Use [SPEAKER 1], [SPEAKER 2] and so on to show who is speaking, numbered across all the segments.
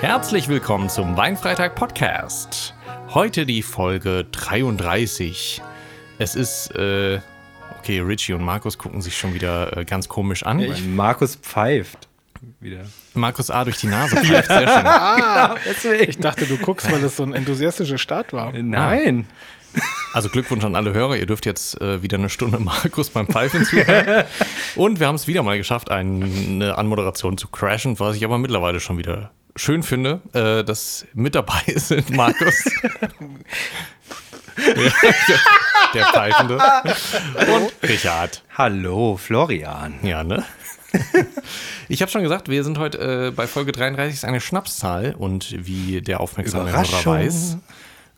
[SPEAKER 1] Herzlich willkommen zum Weinfreitag Podcast. Heute die Folge 33. Es ist, äh, okay, Richie und Markus gucken sich schon wieder äh, ganz komisch an.
[SPEAKER 2] Ich, Markus pfeift wieder.
[SPEAKER 1] Markus A durch die Nase pfeift, sehr schön.
[SPEAKER 2] Ah, deswegen.
[SPEAKER 3] Ich dachte, du guckst, weil das so ein enthusiastischer Start war.
[SPEAKER 2] Nein.
[SPEAKER 1] Also Glückwunsch an alle Hörer, ihr dürft jetzt äh, wieder eine Stunde Markus beim Pfeifen zuhören. Und wir haben es wieder mal geschafft, eine Anmoderation zu crashen, was ich aber mittlerweile schon wieder schön finde, äh, dass mit dabei sind Markus. der, der Pfeifende. Und Richard.
[SPEAKER 2] Hallo, Florian.
[SPEAKER 1] Ja, ne? Ich habe schon gesagt, wir sind heute äh, bei Folge 33 ist eine Schnapszahl und wie der aufmerksame Hörer
[SPEAKER 2] Überraschung.
[SPEAKER 1] weiß,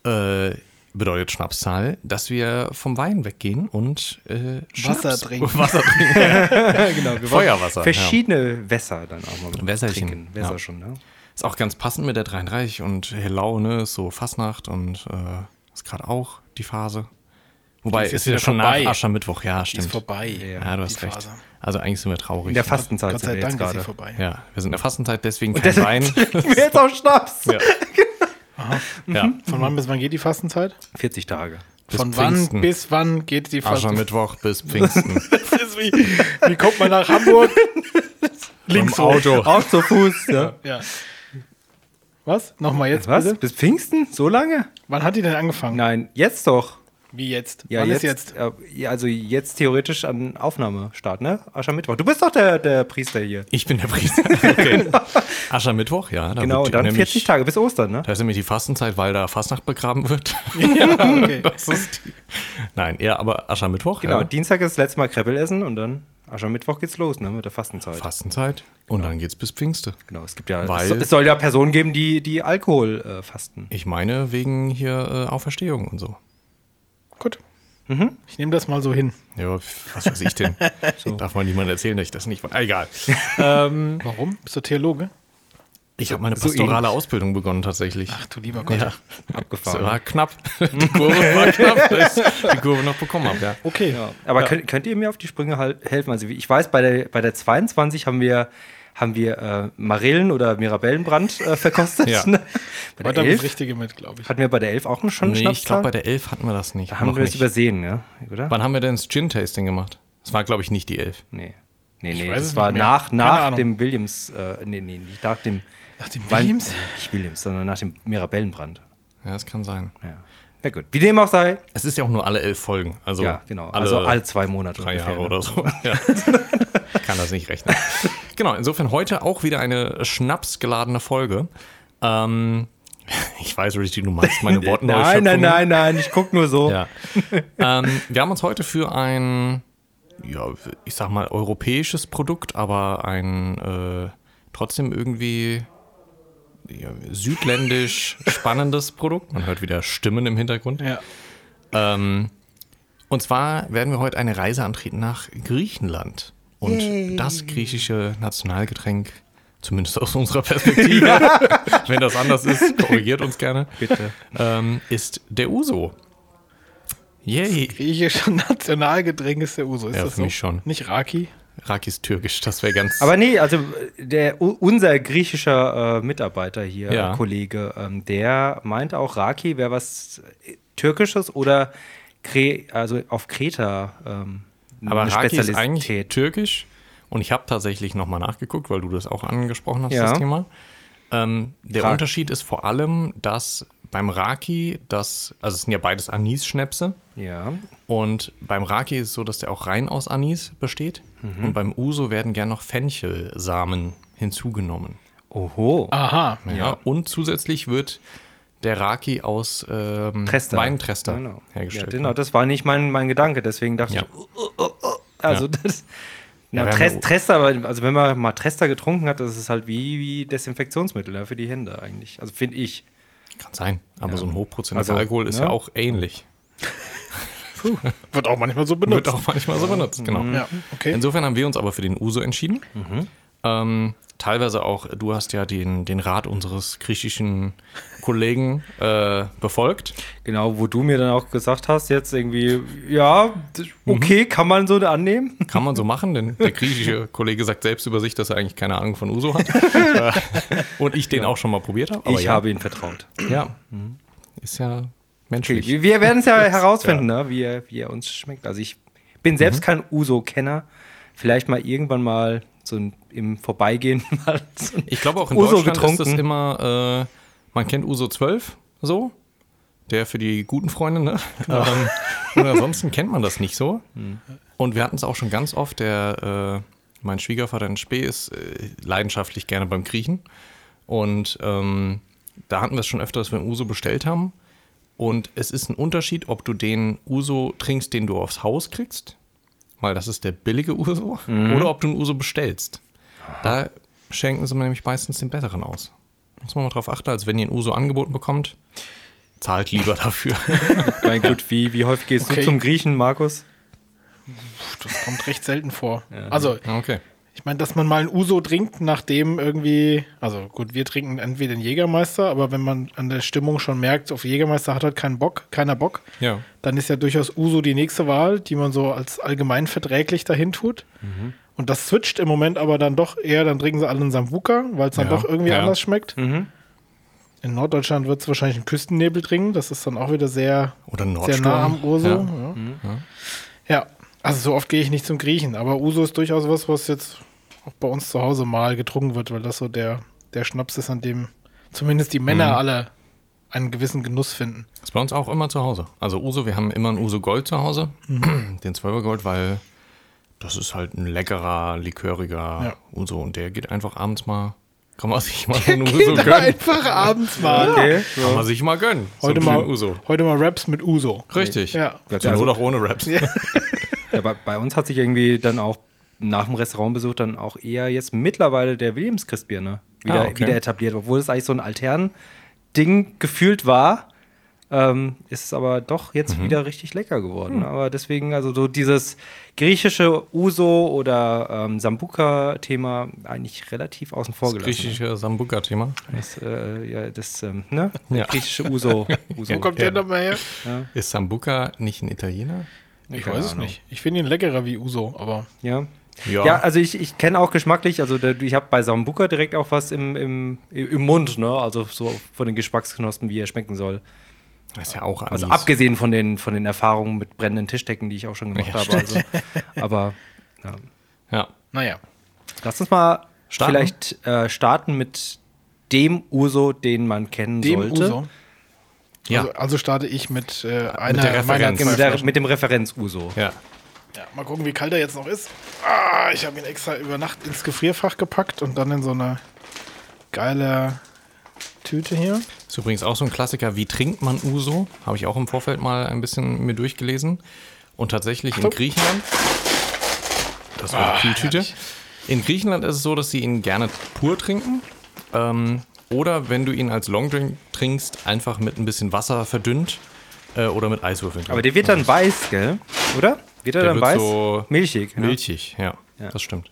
[SPEAKER 1] äh, bedeutet Schnapszahl, dass wir vom Wein weggehen und äh, Schnaps-
[SPEAKER 3] Wasser trinken.
[SPEAKER 1] Wasser trinken.
[SPEAKER 2] Genau, wir
[SPEAKER 1] Feuerwasser,
[SPEAKER 2] Verschiedene Wässer dann auch mal
[SPEAKER 1] Wässerchen,
[SPEAKER 2] trinken. Wässer
[SPEAKER 1] ja.
[SPEAKER 2] schon, ne?
[SPEAKER 1] Ist auch ganz passend mit der 33 und Hellau, ne, ist so Fastnacht und äh, ist gerade auch die Phase. Wobei,
[SPEAKER 3] Die
[SPEAKER 1] ist,
[SPEAKER 3] ist jetzt
[SPEAKER 1] ja
[SPEAKER 3] wieder
[SPEAKER 1] schon
[SPEAKER 3] vorbei.
[SPEAKER 1] nach Aschermittwoch, ja,
[SPEAKER 3] Die ist
[SPEAKER 1] stimmt.
[SPEAKER 3] vorbei.
[SPEAKER 1] Ja, du hast
[SPEAKER 3] die
[SPEAKER 1] recht.
[SPEAKER 3] Phase.
[SPEAKER 1] Also eigentlich sind wir traurig.
[SPEAKER 2] In der Fastenzeit
[SPEAKER 3] Gott
[SPEAKER 2] sind
[SPEAKER 3] sei
[SPEAKER 2] wir jetzt
[SPEAKER 3] Dank ist sie
[SPEAKER 2] gerade.
[SPEAKER 3] vorbei.
[SPEAKER 1] ja, wir sind in der Fastenzeit, deswegen kein
[SPEAKER 2] Deswegen
[SPEAKER 1] Wein.
[SPEAKER 2] trinken wir jetzt auch Schnaps.
[SPEAKER 1] Ja. ja.
[SPEAKER 3] Von wann bis wann geht die Fastenzeit?
[SPEAKER 2] 40 Tage.
[SPEAKER 1] Bis
[SPEAKER 3] Von wann
[SPEAKER 1] Pfingsten.
[SPEAKER 3] bis wann geht die Fastenzeit?
[SPEAKER 1] Aschermittwoch bis Pfingsten.
[SPEAKER 3] Wie kommt man nach Hamburg?
[SPEAKER 1] Links Auto.
[SPEAKER 2] Auch zu Fuß. Ja.
[SPEAKER 3] ja. Was? Nochmal jetzt
[SPEAKER 2] Was?
[SPEAKER 3] bitte?
[SPEAKER 2] Bis Pfingsten? So lange?
[SPEAKER 3] Wann hat die denn angefangen?
[SPEAKER 2] Nein, jetzt doch.
[SPEAKER 3] Wie jetzt?
[SPEAKER 2] Ja,
[SPEAKER 3] wann
[SPEAKER 2] jetzt,
[SPEAKER 3] ist jetzt?
[SPEAKER 2] äh, ja, also jetzt theoretisch an Aufnahmestart, ne? Aschermittwoch. Du bist doch der, der Priester hier.
[SPEAKER 1] Ich bin der Priester. Okay. Aschermittwoch, ja. da
[SPEAKER 2] Genau,
[SPEAKER 1] wird
[SPEAKER 2] und dann
[SPEAKER 1] nämlich-
[SPEAKER 2] 40 Tage bis Ostern, ne?
[SPEAKER 1] Da ist nämlich die Fastenzeit, weil da Fastnacht begraben wird.
[SPEAKER 3] Ja, okay.
[SPEAKER 1] Das ist die. Nein, ja, aber Aschermittwoch,
[SPEAKER 2] Genau,
[SPEAKER 1] ja.
[SPEAKER 2] Dienstag ist das letzte Mal Kreppel essen und dann Aschermittwoch geht's los, ne? Mit der Fastenzeit.
[SPEAKER 1] Fastenzeit. Und dann geht's bis Pfingste.
[SPEAKER 2] Genau, es gibt ja,
[SPEAKER 1] Weil-
[SPEAKER 2] es, so- es soll ja Personen geben, die, die Alkohol äh, fasten.
[SPEAKER 1] Ich meine, wegen hier äh, Auferstehung und so.
[SPEAKER 3] Gut. Ich nehme das mal so hin.
[SPEAKER 1] Ja, pf, was weiß ich denn? Darf man niemand erzählen, dass ich das nicht. Ah, egal.
[SPEAKER 3] Warum? Bist du Theologe?
[SPEAKER 1] Ich habe meine
[SPEAKER 2] so
[SPEAKER 1] pastorale Ausbildung begonnen tatsächlich.
[SPEAKER 3] Ach du lieber Gott.
[SPEAKER 1] ja, das
[SPEAKER 2] Abgefahren.
[SPEAKER 1] war knapp. Die Kurve war knapp, dass ich die Kurve noch bekommen habe, ja.
[SPEAKER 3] Okay.
[SPEAKER 2] Ja. Aber Könnt, könnt ihr mir auf die Sprünge hal- helfen? Also wie- ich weiß, bei der, bei der 22 haben wir, haben wir äh, Marillen- oder Mirabellenbrand äh, verkostet.
[SPEAKER 1] Ja.
[SPEAKER 2] Ne? Bei
[SPEAKER 3] War
[SPEAKER 2] der
[SPEAKER 3] dann das
[SPEAKER 2] 11
[SPEAKER 3] Richtige mit, glaube ich.
[SPEAKER 2] hatten wir bei der 11 auch schon einen
[SPEAKER 1] Nee, ich glaube,
[SPEAKER 2] Schnapszahl.
[SPEAKER 1] bei der 11 hatten wir das nicht.
[SPEAKER 2] Da haben
[SPEAKER 1] Noch
[SPEAKER 2] wir das
[SPEAKER 1] nicht.
[SPEAKER 2] übersehen, ja? oder?
[SPEAKER 1] Wann haben wir denn das Gin-Tasting gemacht? Das war, glaube ich, nicht die 11.
[SPEAKER 2] Nee. Nee, nee,
[SPEAKER 3] weiß es
[SPEAKER 2] das
[SPEAKER 3] nicht
[SPEAKER 2] war
[SPEAKER 3] mehr.
[SPEAKER 2] nach,
[SPEAKER 3] Keine
[SPEAKER 2] nach
[SPEAKER 3] Ahnung.
[SPEAKER 2] dem Williams, äh, nee, nee, nicht nach dem,
[SPEAKER 3] Nach dem
[SPEAKER 2] Wein-
[SPEAKER 3] Williams?
[SPEAKER 2] nicht Williams, sondern nach dem Mirabellenbrand.
[SPEAKER 1] Ja, das kann sein.
[SPEAKER 2] Ja. Na gut, wie dem auch sei.
[SPEAKER 1] Es ist ja auch nur alle 11 Folgen. Also
[SPEAKER 2] ja, genau.
[SPEAKER 1] Alle
[SPEAKER 2] also alle zwei Monate.
[SPEAKER 1] drei
[SPEAKER 2] ungefähr,
[SPEAKER 1] Jahre
[SPEAKER 2] ne?
[SPEAKER 1] oder so. Ja. kann das nicht rechnen. Genau, insofern heute auch wieder eine schnapsgeladene Folge. Ähm, ich weiß, Richie, du meinst meine Worte
[SPEAKER 2] Nein, nein, nein, nein, ich guck nur so.
[SPEAKER 1] Ja. ähm, wir haben uns heute für ein, ja, ich sag mal, europäisches Produkt, aber ein äh, trotzdem irgendwie ja, südländisch spannendes Produkt. Man hört wieder Stimmen im Hintergrund.
[SPEAKER 3] Ja.
[SPEAKER 1] Ähm, und zwar werden wir heute eine Reise antreten nach Griechenland. Und das griechische Nationalgetränk, zumindest aus unserer Perspektive, wenn das anders ist, korrigiert uns gerne,
[SPEAKER 2] Bitte.
[SPEAKER 1] ähm, ist der Uso. Yay.
[SPEAKER 3] Griechische Nationalgetränk ist der Uso. Ist
[SPEAKER 1] Ja,
[SPEAKER 3] das
[SPEAKER 1] für mich
[SPEAKER 3] so?
[SPEAKER 1] schon.
[SPEAKER 3] Nicht Raki?
[SPEAKER 1] Raki ist türkisch, das wäre ganz.
[SPEAKER 2] Aber nee, also der, u- unser griechischer äh, Mitarbeiter hier,
[SPEAKER 1] Ja.
[SPEAKER 2] äh, Kollege, ähm, der meinte auch, Raki wäre was äh, Türkisches oder Kre also auf Kreta ähm,
[SPEAKER 1] aber
[SPEAKER 2] eine
[SPEAKER 1] Raki ist eigentlich
[SPEAKER 2] Spezialität.
[SPEAKER 1] türkisch. Und ich habe tatsächlich nochmal nachgeguckt, weil du das auch angesprochen hast,
[SPEAKER 2] Ja.
[SPEAKER 1] das Thema. Ähm, der
[SPEAKER 2] Raki.
[SPEAKER 1] Unterschied ist vor allem, dass beim Raki, das, also es sind ja beides Anis-Schnäpse,
[SPEAKER 2] Ja.
[SPEAKER 1] Und beim Raki ist es so, dass der auch rein aus Anis besteht.
[SPEAKER 2] Mhm.
[SPEAKER 1] Und beim Uso werden gern noch Fenchelsamen hinzugenommen.
[SPEAKER 2] Oho.
[SPEAKER 3] Aha.
[SPEAKER 1] Ja. Und zusätzlich wird der Raki aus ähm,
[SPEAKER 2] Trester.
[SPEAKER 1] Weintrester
[SPEAKER 2] Genau. Ja,
[SPEAKER 1] hergestellt. ne?
[SPEAKER 2] genau, das war nicht mein, mein Gedanke, deswegen dachte
[SPEAKER 1] Ja.
[SPEAKER 2] ich, uh, uh, uh, also das. Na,
[SPEAKER 1] Ja, wir haben
[SPEAKER 2] Tres,
[SPEAKER 1] ja-
[SPEAKER 2] Trester, aber- also wenn man mal Trester getrunken hat, das ist halt wie, wie Desinfektionsmittel ja, für die Hände eigentlich. Also finde ich.
[SPEAKER 1] Kann sein. Aber so ein hochprozentiger
[SPEAKER 2] Also,
[SPEAKER 1] Alkohol ist ja.
[SPEAKER 2] ne?
[SPEAKER 1] auch ähnlich.
[SPEAKER 3] Wird auch manchmal so
[SPEAKER 2] Mhm.
[SPEAKER 3] benutzt.
[SPEAKER 1] Wird auch manchmal so benutzt, genau.
[SPEAKER 3] Ja, okay.
[SPEAKER 1] Insofern haben wir uns aber für den Uso entschieden. Ähm, teilweise auch, du hast ja den, den Rat unseres griechischen Kollegen äh, befolgt.
[SPEAKER 2] Genau, wo du mir dann auch gesagt hast, jetzt irgendwie, ja,
[SPEAKER 1] Mhm.
[SPEAKER 2] okay, kann man so annehmen.
[SPEAKER 1] Kann man so machen, denn der griechische Kollege sagt selbst über sich, dass er eigentlich keine Ahnung von Uso hat. Äh, Und ich den auch schon mal probiert habe. aber
[SPEAKER 2] ich
[SPEAKER 1] ja,
[SPEAKER 2] habe ihn vertraut.
[SPEAKER 1] Ja. Mhm. Ist ja menschlich.
[SPEAKER 2] Okay, wir werden es ja herausfinden, ne, wie, er, wie er uns schmeckt. Also ich bin selbst
[SPEAKER 1] Mhm.
[SPEAKER 2] kein Uso-Kenner. Vielleicht mal irgendwann mal so ein, im Vorbeigehen mal so ein
[SPEAKER 1] Ich glaube auch in
[SPEAKER 2] Uso
[SPEAKER 1] Deutschland ist das
[SPEAKER 2] getrunken.
[SPEAKER 1] immer, äh, man kennt Uso 12 so, der für die guten Freunde, ne?
[SPEAKER 2] Genau.
[SPEAKER 1] Ähm, und ansonsten kennt man das nicht so.
[SPEAKER 2] Hm.
[SPEAKER 1] Und wir hatten es auch schon ganz oft, der, äh, mein Schwiegervater in Spee ist äh, leidenschaftlich gerne beim Griechen. Und ähm, da hatten wir es schon öfter, dass wir einen Uso bestellt haben. Und es ist ein Unterschied, ob du den Uso trinkst, den du aufs Haus kriegst, weil das ist der billige Uso,
[SPEAKER 2] Mhm.
[SPEAKER 1] oder ob du einen Uso bestellst. Da schenken sie mir nämlich meistens den besseren aus. Muss man mal drauf achten, als wenn ihr einen Uso angeboten bekommt, zahlt lieber dafür.
[SPEAKER 2] Mein Gott, wie, wie häufig gehst
[SPEAKER 3] Okay.
[SPEAKER 2] du zum Griechen, Markus?
[SPEAKER 3] Das kommt recht selten vor. Also,
[SPEAKER 1] Okay.
[SPEAKER 3] ich meine, dass man mal einen Uso trinkt, nachdem irgendwie, also gut, wir trinken entweder den Jägermeister, aber wenn man an der Stimmung schon merkt, auf Jägermeister hat halt keinen Bock, keiner Bock,
[SPEAKER 1] Ja.
[SPEAKER 3] dann ist ja durchaus Uso die nächste Wahl, die man so als allgemein verträglich dahin tut.
[SPEAKER 1] Mhm.
[SPEAKER 3] Und das switcht im Moment aber dann doch eher, dann trinken sie alle einen Sambuka, weil es dann
[SPEAKER 1] Ja,
[SPEAKER 3] doch irgendwie
[SPEAKER 1] ja. Mhm.
[SPEAKER 3] anders schmeckt. In Norddeutschland wird es wahrscheinlich einen Küstennebel trinken, das ist dann auch wieder sehr
[SPEAKER 1] Oder
[SPEAKER 3] sehr
[SPEAKER 1] Nordsturm.
[SPEAKER 3] nah am Uso.
[SPEAKER 1] Ja.
[SPEAKER 3] Ja. Ja. also so oft gehe ich nicht zum Griechen, aber Uso ist durchaus was, was jetzt auch bei uns zu Hause mal getrunken wird, weil das so der, der Schnaps ist, an dem zumindest die Männer alle einen gewissen Genuss finden.
[SPEAKER 1] Ist bei uns auch immer zu Hause. Also Uso, wir haben immer einen Uso Gold zu Hause,
[SPEAKER 3] Mhm.
[SPEAKER 1] den 12er Gold, weil das ist halt ein leckerer, liköriger
[SPEAKER 3] Ja.
[SPEAKER 1] Uso und der geht einfach abends mal, kann man sich mal einen Uso
[SPEAKER 3] Geht
[SPEAKER 1] gönnen.
[SPEAKER 3] einfach abends mal.
[SPEAKER 1] Ah.
[SPEAKER 2] Okay.
[SPEAKER 1] Kann man sich mal gönnen. So
[SPEAKER 3] Heute,
[SPEAKER 1] einen
[SPEAKER 3] mal,
[SPEAKER 1] kleinen Uso.
[SPEAKER 3] heute mal Raps mit Uso.
[SPEAKER 1] Richtig.
[SPEAKER 3] Ja.
[SPEAKER 1] Zur Not auch ohne Raps.
[SPEAKER 2] Ja, bei, bei uns hat sich irgendwie dann auch nach dem Restaurantbesuch dann auch eher jetzt mittlerweile der Williams Crispier ne, wieder,
[SPEAKER 1] Ah, okay.
[SPEAKER 2] wieder etabliert. Obwohl es eigentlich so ein altern Ding gefühlt war, ähm, ist es aber doch jetzt
[SPEAKER 1] Mhm.
[SPEAKER 2] wieder richtig lecker geworden.
[SPEAKER 1] Hm.
[SPEAKER 2] Aber deswegen, also so dieses griechische Uso oder ähm, Sambuka-Thema eigentlich relativ außen vor gelassen.
[SPEAKER 1] Griechische Sambuka-Thema.
[SPEAKER 2] Das, äh, ja, das ähm, ne?
[SPEAKER 1] Ja.
[SPEAKER 2] griechische Uso. Uso.
[SPEAKER 3] Wo kommt der nochmal her?
[SPEAKER 1] Ist Sambuka nicht ein Italiener?
[SPEAKER 3] Ich
[SPEAKER 2] Keine
[SPEAKER 3] weiß es
[SPEAKER 2] Ahnung.
[SPEAKER 3] nicht. Ich finde ihn leckerer wie Uso, aber
[SPEAKER 2] Ja. Ja. also ich, ich kenne auch geschmacklich, also da, ich habe bei Sambuka direkt auch was im, im, im Mund, ne? Also so von den Geschmacksknospen, wie er schmecken soll.
[SPEAKER 1] Das ist ja auch Anis.
[SPEAKER 2] Also abgesehen von den, von den Erfahrungen mit brennenden Tischdecken, die ich auch schon gemacht
[SPEAKER 1] Ja,
[SPEAKER 2] habe. Also, aber ja.
[SPEAKER 1] Ja.
[SPEAKER 3] naja.
[SPEAKER 2] lass uns mal
[SPEAKER 1] Starten?
[SPEAKER 2] vielleicht äh, starten mit dem Uso, den man kennen
[SPEAKER 3] Dem
[SPEAKER 2] sollte.
[SPEAKER 3] Uso.
[SPEAKER 1] Ja.
[SPEAKER 3] Also, also starte ich mit äh, einer
[SPEAKER 1] der
[SPEAKER 3] meiner
[SPEAKER 1] Referenz.
[SPEAKER 2] Genau,
[SPEAKER 3] zwei
[SPEAKER 2] mit, der,
[SPEAKER 3] Flaschen.
[SPEAKER 2] mit dem Referenz-Uso.
[SPEAKER 1] ja.
[SPEAKER 3] Ja, mal gucken, wie kalt er jetzt noch ist. Ah, ich habe ihn extra über Nacht ins Gefrierfach gepackt und dann in so eine geile Tüte hier.
[SPEAKER 1] Ist übrigens auch so ein Klassiker, wie trinkt man Uso? Habe ich auch im Vorfeld mal ein bisschen mir durchgelesen. Und tatsächlich in
[SPEAKER 3] Achtung.
[SPEAKER 1] Griechenland, das war
[SPEAKER 2] Ah,
[SPEAKER 1] die Kühltüte. In Griechenland ist es so, dass sie ihn gerne pur trinken. Ähm, oder wenn du ihn als Longdrink trinkst, einfach mit ein bisschen Wasser verdünnt äh, oder mit Eiswürfeln. Also
[SPEAKER 2] Aber der wird dann weiß, gell? Oder? Wird er
[SPEAKER 1] Der
[SPEAKER 2] dann
[SPEAKER 1] wird
[SPEAKER 2] weiß?
[SPEAKER 1] so
[SPEAKER 2] Milchig. ne? ja.
[SPEAKER 1] milchig, ja.
[SPEAKER 2] Ja.
[SPEAKER 1] Das stimmt.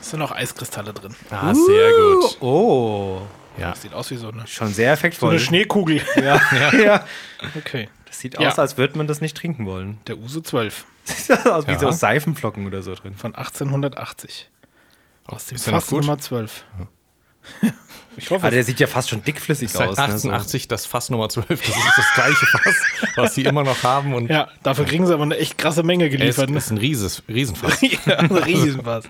[SPEAKER 3] Es sind noch Eiskristalle drin.
[SPEAKER 1] Ah, sehr gut.
[SPEAKER 2] Oh,
[SPEAKER 1] Ja.
[SPEAKER 3] Das sieht aus wie so eine,
[SPEAKER 2] schon sehr
[SPEAKER 3] so
[SPEAKER 2] effektvoll.
[SPEAKER 3] eine Schneekugel.
[SPEAKER 2] ja. ja.
[SPEAKER 3] Okay.
[SPEAKER 2] Das sieht
[SPEAKER 3] Ja.
[SPEAKER 2] aus, als würde man das nicht trinken wollen.
[SPEAKER 3] Der Uso 12
[SPEAKER 2] Sieht aus wie
[SPEAKER 1] Ja.
[SPEAKER 2] so Seifenflocken oder so drin.
[SPEAKER 3] von 1880. Aus dem
[SPEAKER 1] Oh, Ist der noch
[SPEAKER 3] Fass
[SPEAKER 1] gut?
[SPEAKER 3] Nummer 12. Ich hoffe,
[SPEAKER 2] Aber der sieht ja fast schon dickflüssig
[SPEAKER 1] Seit
[SPEAKER 2] aus. Ne? So.
[SPEAKER 1] 1880 das Fass Nummer 12. Das ist das gleiche Fass, was sie immer noch haben. Und
[SPEAKER 3] ja, dafür kriegen sie aber eine echt krasse Menge
[SPEAKER 1] es
[SPEAKER 3] geliefert. ne?
[SPEAKER 1] ist ein Rieses, Riesenfass.
[SPEAKER 3] ja, ein Riesenfass.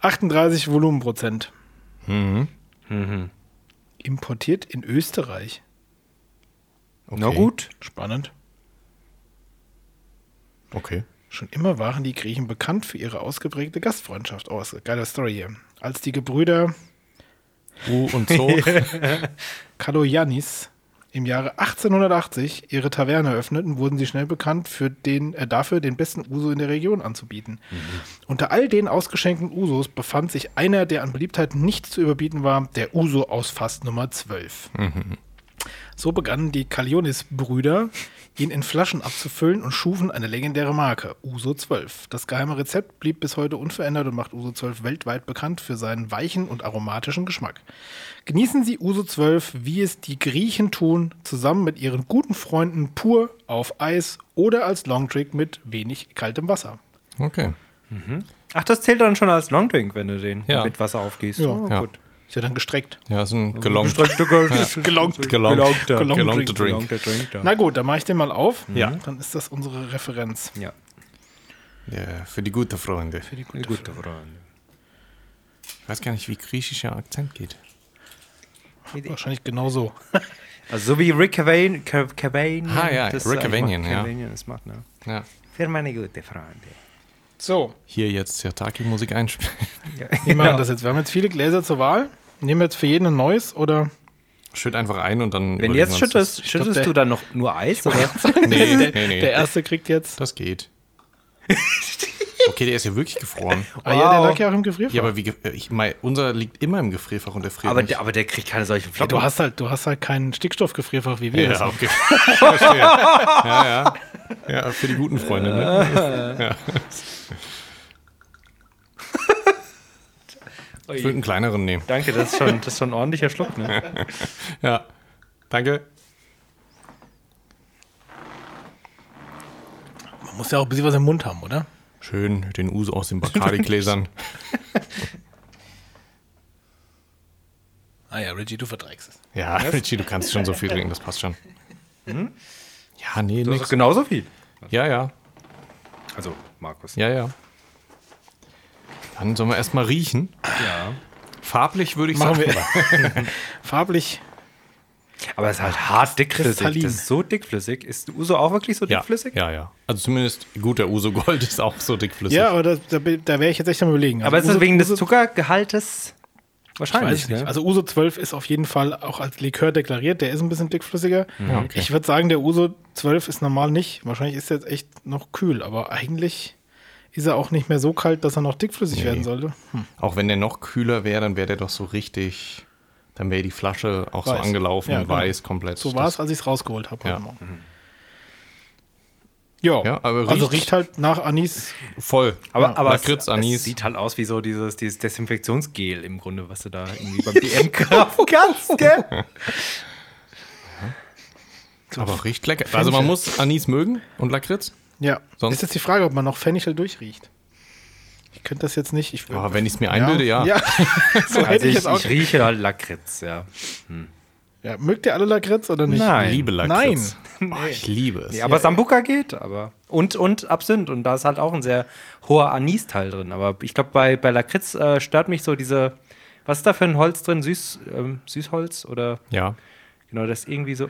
[SPEAKER 3] 38 Volumenprozent.
[SPEAKER 1] Mhm.
[SPEAKER 3] Importiert in Österreich.
[SPEAKER 2] Na gut.
[SPEAKER 3] Spannend.
[SPEAKER 1] Okay.
[SPEAKER 3] Schon immer waren die Griechen bekannt für ihre ausgeprägte Gastfreundschaft. Oh, ist eine geile Story hier. Als die Gebrüder
[SPEAKER 1] U und so.
[SPEAKER 3] Kaloyanis im Jahre 1880 ihre Taverne eröffneten, wurden sie schnell bekannt für den, äh, dafür, den besten Uso in der Region anzubieten. Unter all den ausgeschenkten Usos befand sich einer, der an Beliebtheit nicht zu überbieten war, der Uso aus Fass Nummer 12. So begannen die Kalionis-Brüder, ihn in Flaschen abzufüllen und schufen eine legendäre Marke, Uso 12. Das geheime Rezept blieb bis heute unverändert und macht Uso 12 weltweit bekannt für seinen weichen und aromatischen Geschmack. Genießen Sie Uso 12, wie es die Griechen tun, zusammen mit ihren guten Freunden pur, auf Eis oder als Longdrink mit wenig kaltem Wasser.
[SPEAKER 1] Okay.
[SPEAKER 2] Ach, das zählt dann schon als Longdrink, wenn du den
[SPEAKER 1] Ja.
[SPEAKER 2] mit Wasser aufgießt.
[SPEAKER 3] Ja.
[SPEAKER 2] Oh,
[SPEAKER 1] Ja.
[SPEAKER 2] gut.
[SPEAKER 3] Ist ja dann gestreckt.
[SPEAKER 1] Ja, ist ein gelongt.
[SPEAKER 3] Gelongt.
[SPEAKER 1] Gelongt.
[SPEAKER 3] Gelongter
[SPEAKER 1] Gelongter
[SPEAKER 3] Drink.
[SPEAKER 1] Drink.
[SPEAKER 2] Drink da.
[SPEAKER 3] Na gut, dann mache ich den mal auf.
[SPEAKER 1] Ja.
[SPEAKER 3] Dann ist das unsere Referenz.
[SPEAKER 2] Ja,
[SPEAKER 1] Ja, für die gute Freunde.
[SPEAKER 3] Für die gute
[SPEAKER 2] eine gute Frage.
[SPEAKER 1] Ich weiß gar nicht, wie griechischer Akzent geht.
[SPEAKER 3] Wahrscheinlich genau genauso.
[SPEAKER 2] Also so wie Rick Cavanian. Cavanian
[SPEAKER 1] Ah, ja,
[SPEAKER 2] das
[SPEAKER 1] Rick
[SPEAKER 2] eigentlich
[SPEAKER 1] Cavanian,
[SPEAKER 2] macht,
[SPEAKER 1] ja.
[SPEAKER 2] Cavanian das macht, ne?
[SPEAKER 1] Ja.
[SPEAKER 2] Für meine gute Freunde.
[SPEAKER 3] So,
[SPEAKER 1] Hier jetzt Sirtaki-Musik einspielen.
[SPEAKER 2] Ja.
[SPEAKER 3] wir machen das jetzt. Wir haben jetzt viele Gläser zur Wahl. Nehmen wir jetzt für jeden ein neues oder?
[SPEAKER 1] Schütt einfach ein und dann. überlegen
[SPEAKER 2] Wenn du jetzt
[SPEAKER 1] wir uns das.
[SPEAKER 2] schüttest, schüttest
[SPEAKER 3] der-
[SPEAKER 2] du dann noch nur Eis, oder?
[SPEAKER 1] Nee, nee, nee.
[SPEAKER 3] Der erste kriegt jetzt.
[SPEAKER 1] das geht. Okay, der ist ja wirklich gefroren.
[SPEAKER 3] Ah ja, der
[SPEAKER 2] Wow.
[SPEAKER 3] lag ja auch im Gefrierfach.
[SPEAKER 1] Ja, aber wie. ge- äh, Ich mein, unser liegt immer im Gefrierfach und der friert.
[SPEAKER 2] aber,
[SPEAKER 1] nicht.
[SPEAKER 2] der, aber der kriegt keine solchen
[SPEAKER 3] Ja,
[SPEAKER 2] Flocken.
[SPEAKER 3] du hast halt, du hast halt keinen Stickstoffgefrierfach wie wir.
[SPEAKER 1] Ja,
[SPEAKER 3] Das-
[SPEAKER 1] okay. Verstehe. Ja, ja. Ja, für die guten Freunde, ne? Ich würde einen kleineren nehmen.
[SPEAKER 2] Danke, das ist, schon, das ist schon ein ordentlicher Schluck, ne?
[SPEAKER 1] Ja. Danke.
[SPEAKER 3] Man muss ja auch ein bisschen was im Mund haben, oder?
[SPEAKER 1] Schön den Uso aus den Bacardi-Gläsern.
[SPEAKER 3] Ah ja, Reggie, du verträgst es.
[SPEAKER 1] Ja, Richie, du kannst schon so viel trinken, das passt schon. Hm? Ja, nee,
[SPEAKER 2] Das ist
[SPEAKER 1] nix.
[SPEAKER 2] genauso viel.
[SPEAKER 1] Ja, ja,
[SPEAKER 2] Also, Markus.
[SPEAKER 1] ja, ja. Dann sollen wir erstmal riechen.
[SPEAKER 2] Ja.
[SPEAKER 1] Farblich würde ich
[SPEAKER 3] Machen
[SPEAKER 1] sagen.
[SPEAKER 3] wir. Farblich.
[SPEAKER 2] Aber es ist halt hart dickflüssig.
[SPEAKER 3] Kristallin.
[SPEAKER 2] Das ist so dickflüssig. Ist Uso auch wirklich so
[SPEAKER 1] Ja,
[SPEAKER 2] dickflüssig?
[SPEAKER 1] ja, ja. Also zumindest gut, der Uso Gold ist auch so dickflüssig.
[SPEAKER 3] Ja, aber das, da, bin- da wäre ich jetzt echt am überlegen.
[SPEAKER 2] Aber ist
[SPEAKER 3] Also
[SPEAKER 2] das
[SPEAKER 3] Uso-
[SPEAKER 2] wegen
[SPEAKER 3] Uso-
[SPEAKER 2] des Zuckergehaltes?
[SPEAKER 3] Weiß
[SPEAKER 2] Wahrscheinlich,
[SPEAKER 3] ich nicht.
[SPEAKER 2] ne?
[SPEAKER 3] Also Uso 12 ist auf jeden Fall auch als Likör deklariert. Der ist ein bisschen dickflüssiger.
[SPEAKER 1] Mhm. Ja, okay.
[SPEAKER 3] Ich würde sagen, der Uso 12 ist normal nicht. Wahrscheinlich ist er jetzt echt noch kühl, aber eigentlich ist er auch nicht mehr so kalt, dass er noch dickflüssig
[SPEAKER 1] Nee.
[SPEAKER 3] werden sollte.
[SPEAKER 1] Auch wenn der noch kühler wäre, dann wäre der doch so richtig. Dann wäre die Flasche auch so
[SPEAKER 3] Weiß.
[SPEAKER 1] angelaufen
[SPEAKER 3] Ja,
[SPEAKER 1] und
[SPEAKER 3] genau.
[SPEAKER 1] weiß komplett.
[SPEAKER 3] So war
[SPEAKER 1] war's.
[SPEAKER 3] es, als ich es rausgeholt habe.
[SPEAKER 1] Ja. Mhm.
[SPEAKER 3] Ja,
[SPEAKER 1] Ja, aber
[SPEAKER 3] also
[SPEAKER 1] riecht-
[SPEAKER 3] riecht halt nach Anis.
[SPEAKER 1] Voll.
[SPEAKER 2] Aber, aber
[SPEAKER 1] Lakritz,
[SPEAKER 2] es,
[SPEAKER 1] Anis.
[SPEAKER 2] es sieht halt aus wie so dieses, dieses Desinfektionsgel im Grunde, was du da irgendwie beim DM kaufen kannst, gell?
[SPEAKER 1] aber riecht lecker. Also man muss Anis mögen und Lakritz.
[SPEAKER 3] Ja,
[SPEAKER 1] Sonst-
[SPEAKER 3] ist jetzt die Frage, ob man noch Fenchel durchriecht. Ich könnte das jetzt nicht. Ich,
[SPEAKER 1] Aber Ah, wenn ich es mir einbilde, ja.
[SPEAKER 3] ja. so hätte
[SPEAKER 2] Also
[SPEAKER 3] ich
[SPEAKER 2] ich,
[SPEAKER 3] jetzt auch.
[SPEAKER 2] ich rieche halt Lakritz, ja.
[SPEAKER 3] Ja, mögt ihr alle Lakritz oder nicht?
[SPEAKER 2] Nein.
[SPEAKER 1] Ich liebe Lakritz. Nein. Oh, ich liebe es.
[SPEAKER 2] Ja, aber Sambuca geht, aber. Und, und Absinth. Und da ist halt auch ein sehr hoher Anisteil drin. Aber ich glaube, bei, bei Lakritz äh, stört mich so diese. Was ist da für ein Holz drin? Süß, ähm, Süßholz? Oder
[SPEAKER 1] Ja.
[SPEAKER 2] genau, das ist irgendwie so.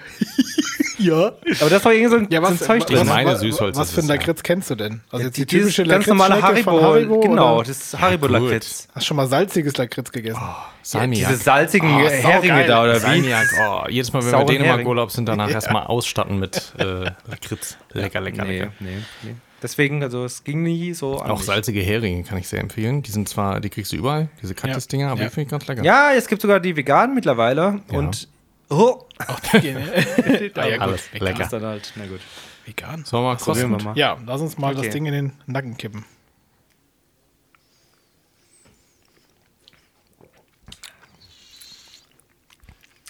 [SPEAKER 3] Ja.
[SPEAKER 2] Aber das ist doch irgendwie so ein,
[SPEAKER 3] Ja, was,
[SPEAKER 2] so ein Zeug
[SPEAKER 3] was,
[SPEAKER 2] drin.
[SPEAKER 1] Ich
[SPEAKER 3] was,
[SPEAKER 1] meine
[SPEAKER 3] was,
[SPEAKER 1] Süßholz
[SPEAKER 3] was
[SPEAKER 1] ist
[SPEAKER 3] für ein
[SPEAKER 1] es, ja.
[SPEAKER 3] Lakritz kennst du denn? Also jetzt die
[SPEAKER 2] Dieses
[SPEAKER 3] typische
[SPEAKER 2] ganz normale
[SPEAKER 3] Lakritz-Schnecke
[SPEAKER 2] Haribo.
[SPEAKER 3] von Haribo
[SPEAKER 2] genau,
[SPEAKER 3] oder? Ah,
[SPEAKER 2] das ist Haribo-Lakritz.
[SPEAKER 3] Hast du schon mal salziges Lakritz gegessen?
[SPEAKER 1] Salmiak.
[SPEAKER 2] Diese salzigen
[SPEAKER 3] Oh,
[SPEAKER 2] Heringe
[SPEAKER 3] saugeil.
[SPEAKER 2] da, oder wie?
[SPEAKER 1] Salmiak. Oh, jedes Mal, wenn wir
[SPEAKER 2] Sauren
[SPEAKER 1] Dänemark
[SPEAKER 2] Hering.
[SPEAKER 1] Urlaub sind, danach erstmal ausstatten mit äh, Lakritz. Lecker, lecker,
[SPEAKER 2] Nee,
[SPEAKER 1] lecker.
[SPEAKER 2] nee, nee. Deswegen, also es ging nie so an.
[SPEAKER 1] Auch
[SPEAKER 2] mich.
[SPEAKER 1] salzige Heringe kann ich sehr empfehlen. Die sind zwar, die kriegst du überall, diese Kaktusdinger, aber
[SPEAKER 3] Ja.
[SPEAKER 1] die finde ich ganz lecker.
[SPEAKER 2] Ja, es gibt sogar die veganen mittlerweile.
[SPEAKER 1] Ja.
[SPEAKER 2] Und. Oh,
[SPEAKER 3] Ah, ja, gut.
[SPEAKER 1] Alles lecker.
[SPEAKER 2] ist dann halt, na gut.
[SPEAKER 3] Vegan.
[SPEAKER 1] Sollen wir mal
[SPEAKER 2] Probieren
[SPEAKER 1] kosten?
[SPEAKER 2] wir mal.
[SPEAKER 3] Ja, lass uns mal
[SPEAKER 2] Okay.
[SPEAKER 3] das Ding in den Nacken kippen.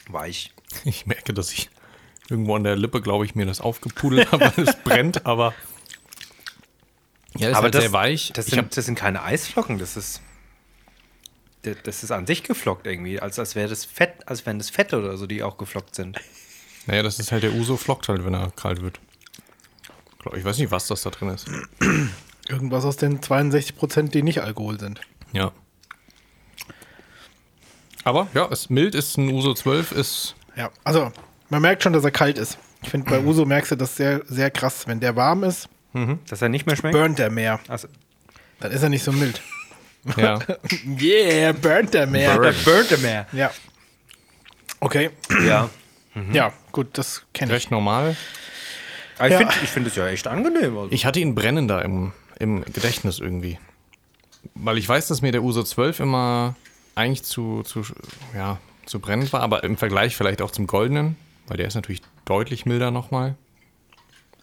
[SPEAKER 2] Weich.
[SPEAKER 1] Ich merke, dass ich irgendwo an der Lippe, glaube ich, mir das aufgepudelt habe, weil es brennt, aber. Ja, das ist
[SPEAKER 2] Aber
[SPEAKER 1] halt
[SPEAKER 2] das,
[SPEAKER 1] sehr weich.
[SPEAKER 2] Das
[SPEAKER 1] ich hab,
[SPEAKER 2] sind, das sind keine Eisflocken, das ist. d- Das ist an sich geflockt irgendwie, als, als wäre das Fett, als wären das Fette oder so, die auch geflockt sind.
[SPEAKER 1] naja, das ist halt der Uso flockt halt, wenn er kalt wird. Glaub- Ich weiß nicht, was das da drin ist.
[SPEAKER 3] Irgendwas aus den 62 Prozent, die nicht Alkohol sind.
[SPEAKER 1] Ja. Aber ja, ist mild, ist ein Uso 12, ist.
[SPEAKER 3] Ja, also man merkt schon, dass er kalt ist. Ich finde, bei Uso merkst du das sehr, sehr krass. Wenn der warm ist,
[SPEAKER 2] Dass er nicht mehr schmeckt.
[SPEAKER 3] burnt er mehr.
[SPEAKER 2] Also,
[SPEAKER 3] Dann ist er nicht so mild.
[SPEAKER 1] Ja.
[SPEAKER 3] Yeah, burnt er mehr.
[SPEAKER 2] er burnte mehr.
[SPEAKER 3] Ja. Okay.
[SPEAKER 2] Ja.
[SPEAKER 3] Ja, gut, das kenne ich.
[SPEAKER 1] Mhm. recht normal.
[SPEAKER 2] Aber ich
[SPEAKER 3] Ja.
[SPEAKER 2] finde find es ja echt angenehm. Also.
[SPEAKER 1] Ich hatte ihn brennender im, im Gedächtnis irgendwie. Weil ich weiß, dass mir der Uso 12 immer eigentlich zu, zu, ja, zu brennend war, aber im Vergleich vielleicht auch zum Goldenen, Weil der ist natürlich deutlich milder nochmal.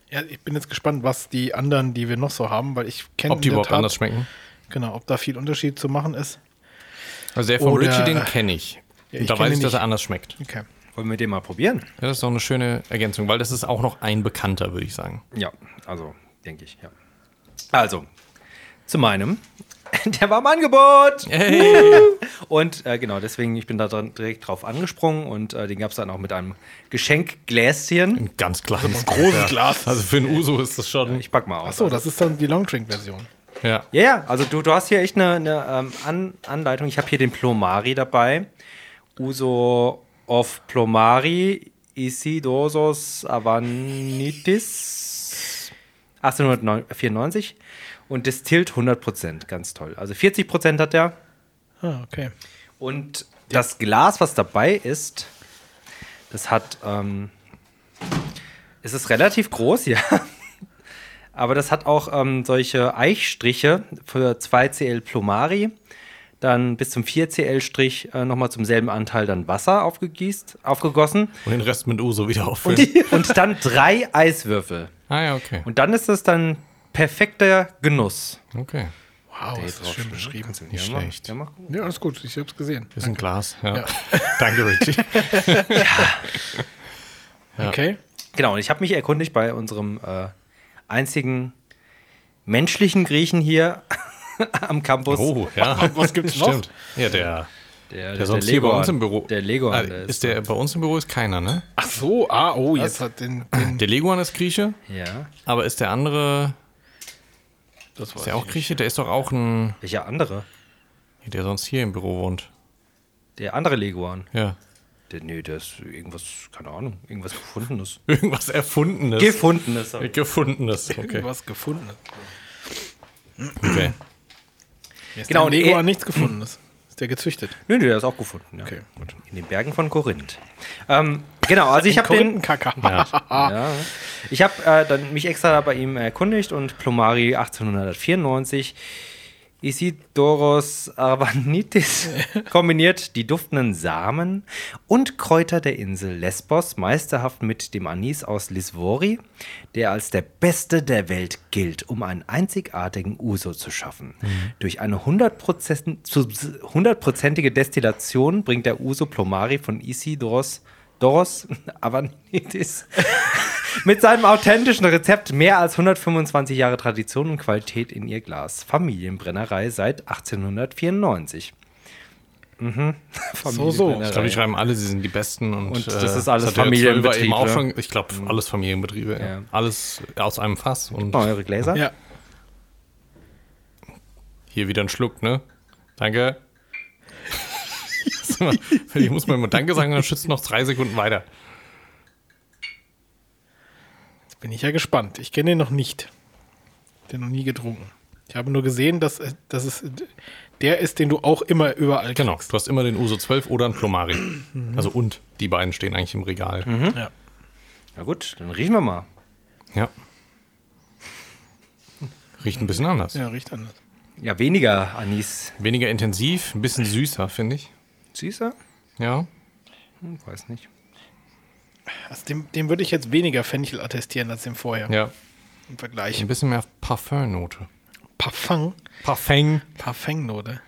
[SPEAKER 3] Ja, ich bin jetzt gespannt, was die anderen, die wir noch so haben, weil ich kenne
[SPEAKER 1] Ob die überhaupt anders schmecken.
[SPEAKER 3] Genau, ob da viel Unterschied zu machen ist.
[SPEAKER 1] Also der von
[SPEAKER 3] Oder-
[SPEAKER 1] Richie, den kenne ich.
[SPEAKER 3] Ja,
[SPEAKER 1] Und da
[SPEAKER 3] ich kenn
[SPEAKER 1] weiß
[SPEAKER 3] ihn
[SPEAKER 1] ich, dass
[SPEAKER 3] nicht.
[SPEAKER 1] er anders schmeckt.
[SPEAKER 3] Okay.
[SPEAKER 2] Wollen wir den mal probieren?
[SPEAKER 1] Ja, das ist doch eine schöne Ergänzung, weil das ist auch noch ein bekannter, würde ich sagen.
[SPEAKER 2] Ja, also, denke ich, ja. Also, zu meinem. Der war im Angebot! Und äh, genau, deswegen, ich bin da dran, direkt drauf angesprungen und äh, den gab es dann auch mit einem Geschenkgläschen.
[SPEAKER 1] Ein ganz kleines
[SPEAKER 3] Großes
[SPEAKER 1] Ja.
[SPEAKER 3] Glas.
[SPEAKER 1] Also für einen Uso ist das schon.
[SPEAKER 2] Ich pack mal aus.
[SPEAKER 3] Achso, das ist dann die Longdrink-Version.
[SPEAKER 1] Ja.
[SPEAKER 2] Ja, ja, also du, du hast hier echt eine, eine ähm, An Anleitung. Ich habe hier den Plomari dabei. Uso of Plomari Isidosos Avanitis 1894 und destillt 100%, ganz toll. Also 40% hat er.
[SPEAKER 3] Ah, okay.
[SPEAKER 2] Und das Glas, was dabei ist, das hat, ähm, es ist relativ groß, ja. Aber das hat auch ähm, solche Eichstriche für 2cl Plumari, dann bis zum 4cl Strich äh, nochmal zum selben Anteil dann Wasser aufgegießt, aufgegossen
[SPEAKER 1] Und den Rest mit Uso wieder
[SPEAKER 2] und,
[SPEAKER 1] auffüllen.
[SPEAKER 2] und dann drei Eiswürfel.
[SPEAKER 1] Ah ja, okay.
[SPEAKER 2] Und dann ist es dann perfekter Genuss.
[SPEAKER 1] Okay.
[SPEAKER 3] Wow, das ist schön beschrieben.
[SPEAKER 1] Nicht schlecht.
[SPEAKER 2] Ja, mach.
[SPEAKER 3] Ja, alles gut, ich hab's gesehen.
[SPEAKER 1] Ist ein Glas. Ja. Danke, Richie.
[SPEAKER 3] Okay.
[SPEAKER 2] Genau, und ich habe mich erkundigt bei unserem äh, einzigen menschlichen Griechen hier am Campus.
[SPEAKER 1] Oh, ja.
[SPEAKER 3] Was gibt's noch?
[SPEAKER 1] Stimmt. Ja, der,
[SPEAKER 2] der,
[SPEAKER 1] der sonst hier bei
[SPEAKER 2] Legoan.
[SPEAKER 1] uns im Büro.
[SPEAKER 2] Der Legoan.
[SPEAKER 1] Ah,
[SPEAKER 2] der
[SPEAKER 1] ist der bei uns im Büro ist keiner, ne?
[SPEAKER 3] Ach so, ah, oh, jetzt hat den. den
[SPEAKER 1] Der Leguan ist Grieche,
[SPEAKER 2] ja.
[SPEAKER 1] aber ist der andere,
[SPEAKER 3] das
[SPEAKER 1] ist der auch Grieche? Der ist doch auch ein,
[SPEAKER 2] Welcher andere?
[SPEAKER 1] der sonst hier im Büro wohnt.
[SPEAKER 2] Der andere Legoan.
[SPEAKER 1] Ja.
[SPEAKER 2] Der, nee, der ist irgendwas, keine Ahnung, irgendwas Gefundenes.
[SPEAKER 1] Irgendwas Erfundenes.
[SPEAKER 2] Gefundenes. sorry.
[SPEAKER 1] Gefundenes. Okay.
[SPEAKER 3] Irgendwas gefunden.
[SPEAKER 1] okay.
[SPEAKER 3] Mir ist
[SPEAKER 2] Genau,
[SPEAKER 3] genau,
[SPEAKER 2] und
[SPEAKER 3] der Lego
[SPEAKER 2] er-
[SPEAKER 3] an nichts gefunden ist. Ist der gezüchtet?
[SPEAKER 2] Nö, nö, der ist auch gefunden. Ja.
[SPEAKER 3] Okay, gut.
[SPEAKER 2] In den Bergen von Korinth. Ähm, genau, also ich habe den.
[SPEAKER 3] Korinthenkacker.
[SPEAKER 1] Ah.
[SPEAKER 2] Ja. Ich habe äh, dann mich extra bei ihm erkundigt und Plomari 1894 Isidoros Arvanitis kombiniert die duftenden Samen und Kräuter der Insel Lesbos meisterhaft mit dem Anis aus Lisvori, der als der beste der Welt gilt, um einen einzigartigen Uso zu schaffen. Durch eine 100% zu- 100%ige Destillation bringt der Uso Plomari von Isidoros Doros Avanitis mit seinem authentischen Rezept mehr als 125 Jahre Tradition und Qualität in ihr Glas. Familienbrennerei seit 1894. Mhm.
[SPEAKER 3] So, so.
[SPEAKER 1] Ich glaube, die schreiben alle, sie sind die Besten. Und,
[SPEAKER 2] Und
[SPEAKER 1] äh,
[SPEAKER 2] das ist alles
[SPEAKER 1] hat der
[SPEAKER 2] Familienbetrieb,
[SPEAKER 1] Zwölfer Eben auch
[SPEAKER 2] ne?
[SPEAKER 1] schon, ich glaube, alles Familienbetriebe. Ja.
[SPEAKER 2] Ja. Oh,
[SPEAKER 1] Alles aus einem Fass. Und
[SPEAKER 2] Mal eure Gläser.
[SPEAKER 3] Ja.
[SPEAKER 1] hier wieder ein Schluck, ne? Danke. ich muss mal immer Danke sagen, dann schützt noch drei Sekunden weiter.
[SPEAKER 3] Jetzt bin ich ja gespannt. Ich kenne den noch nicht. Den noch nie getrunken. Ich habe nur gesehen, dass, äh, dass es äh, der ist, den du auch immer überall
[SPEAKER 1] Genau, du hast immer den Uso 12 oder einen Plomari. Also und, die beiden stehen eigentlich im Regal.
[SPEAKER 3] kriegst. Ja.
[SPEAKER 2] Na gut, dann riechen wir mal.
[SPEAKER 1] Ja. Riecht ein bisschen anders.
[SPEAKER 3] ja, riecht anders.
[SPEAKER 2] Ja, weniger Anis.
[SPEAKER 1] Weniger intensiv, ein bisschen süßer, finde ich.
[SPEAKER 2] Süßer?
[SPEAKER 1] Ja.
[SPEAKER 2] Hm, weiß nicht.
[SPEAKER 3] Also dem, dem würde ich jetzt weniger Fenchel attestieren als dem vorher
[SPEAKER 1] Ja.
[SPEAKER 3] im Vergleich.
[SPEAKER 1] Ein bisschen mehr Parfumnote.
[SPEAKER 3] Parfum.
[SPEAKER 1] Parfum.
[SPEAKER 3] Parfumnote.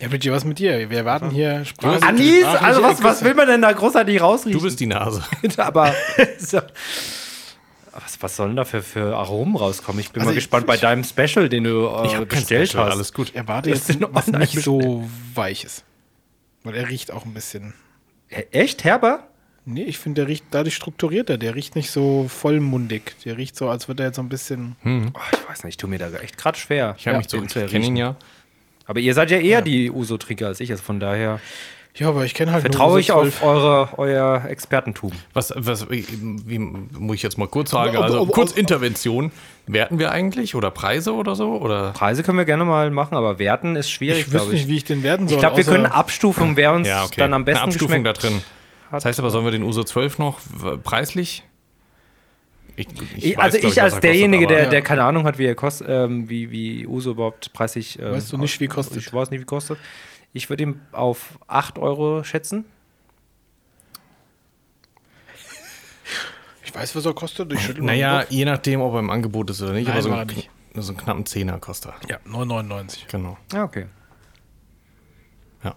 [SPEAKER 3] Ja, Bridgie, was mit dir? Wir erwarten hier Sprache.
[SPEAKER 2] Anis?
[SPEAKER 3] sprachliche
[SPEAKER 2] Also was, was
[SPEAKER 3] Ergüsse.
[SPEAKER 2] will man denn da großartig rausriechen?
[SPEAKER 1] Du bist die Nase.
[SPEAKER 2] aber so. was, was sollen da für, für Aromen rauskommen? Ich bin
[SPEAKER 3] Also
[SPEAKER 2] mal
[SPEAKER 3] ich-
[SPEAKER 2] gespannt bei deinem Special, den du
[SPEAKER 1] hab
[SPEAKER 2] äh,
[SPEAKER 1] kein
[SPEAKER 2] bestellt
[SPEAKER 1] Special,
[SPEAKER 2] hast.
[SPEAKER 1] alles gut.
[SPEAKER 3] Ich erwarte
[SPEAKER 2] Das
[SPEAKER 3] jetzt
[SPEAKER 2] sind noch
[SPEAKER 3] was
[SPEAKER 2] was
[SPEAKER 3] nicht so weiches. Weil er riecht auch ein bisschen.
[SPEAKER 2] E- Echt, Herber?
[SPEAKER 3] Nee, ich finde, der riecht dadurch strukturierter. Der riecht nicht so vollmundig. Der riecht so, als würde er jetzt so ein bisschen.
[SPEAKER 2] Oh, ich weiß nicht, ich tue mir da echt gerade schwer.
[SPEAKER 1] Ich habe mich so,
[SPEAKER 2] den
[SPEAKER 1] ich
[SPEAKER 2] zu
[SPEAKER 1] kenne ihn
[SPEAKER 2] erriechen.
[SPEAKER 1] ja.
[SPEAKER 2] Aber ihr seid ja eher die Uso-Trinker als ich, also von daher
[SPEAKER 3] Ja, aber ich kenne halt. nur so
[SPEAKER 2] vertraue ich
[SPEAKER 3] zwölf-
[SPEAKER 2] auf eure, euer Expertentum.
[SPEAKER 1] Was, was, wie, wie, muss ich jetzt mal kurz sagen?
[SPEAKER 3] Ob-
[SPEAKER 1] Also
[SPEAKER 2] um,
[SPEAKER 3] ob- ob-
[SPEAKER 1] kurz
[SPEAKER 3] ob-
[SPEAKER 1] Intervention. Werten wir eigentlich oder Preise oder so? Oder
[SPEAKER 2] Preise können wir gerne mal machen, aber werten ist schwierig,
[SPEAKER 3] Ich wüsste
[SPEAKER 2] glaube ich.
[SPEAKER 3] nicht, wie ich den werden soll.
[SPEAKER 2] ich glaube, wir
[SPEAKER 3] außer-
[SPEAKER 2] können Abstufung, wer uns dann am besten
[SPEAKER 1] Eine Abstufung
[SPEAKER 2] geschmeckt.
[SPEAKER 1] da drin. Das heißt aber, sollen wir den Uso 12 noch w- preislich? Ich- ich
[SPEAKER 2] Ich,
[SPEAKER 1] weiß,
[SPEAKER 2] also
[SPEAKER 1] glaub
[SPEAKER 2] ich als
[SPEAKER 1] was er
[SPEAKER 2] derjenige,
[SPEAKER 1] kostet,
[SPEAKER 2] der,
[SPEAKER 1] aber-
[SPEAKER 2] der keine Ahnung hat, wie er kost, ähm, wie, wie Uso überhaupt preislich. Ähm,
[SPEAKER 3] Weißt du nicht, wie kostet?
[SPEAKER 2] Ich weiß nicht, wie kostet. Ich würde ihn auf 8 Euro schätzen.
[SPEAKER 3] Ich weiß, was er kostet. Ich schüttel mal den
[SPEAKER 1] Naja,
[SPEAKER 3] Kopf.
[SPEAKER 1] je nachdem, ob er im Angebot ist oder nicht.
[SPEAKER 3] Nein,
[SPEAKER 1] aber so,
[SPEAKER 3] war er
[SPEAKER 1] einen,
[SPEAKER 3] nicht.
[SPEAKER 1] kn- so einen knappen Zehner kostet er.
[SPEAKER 3] Ja, 9,99.
[SPEAKER 1] Genau.
[SPEAKER 2] Ja, okay.
[SPEAKER 1] Ja.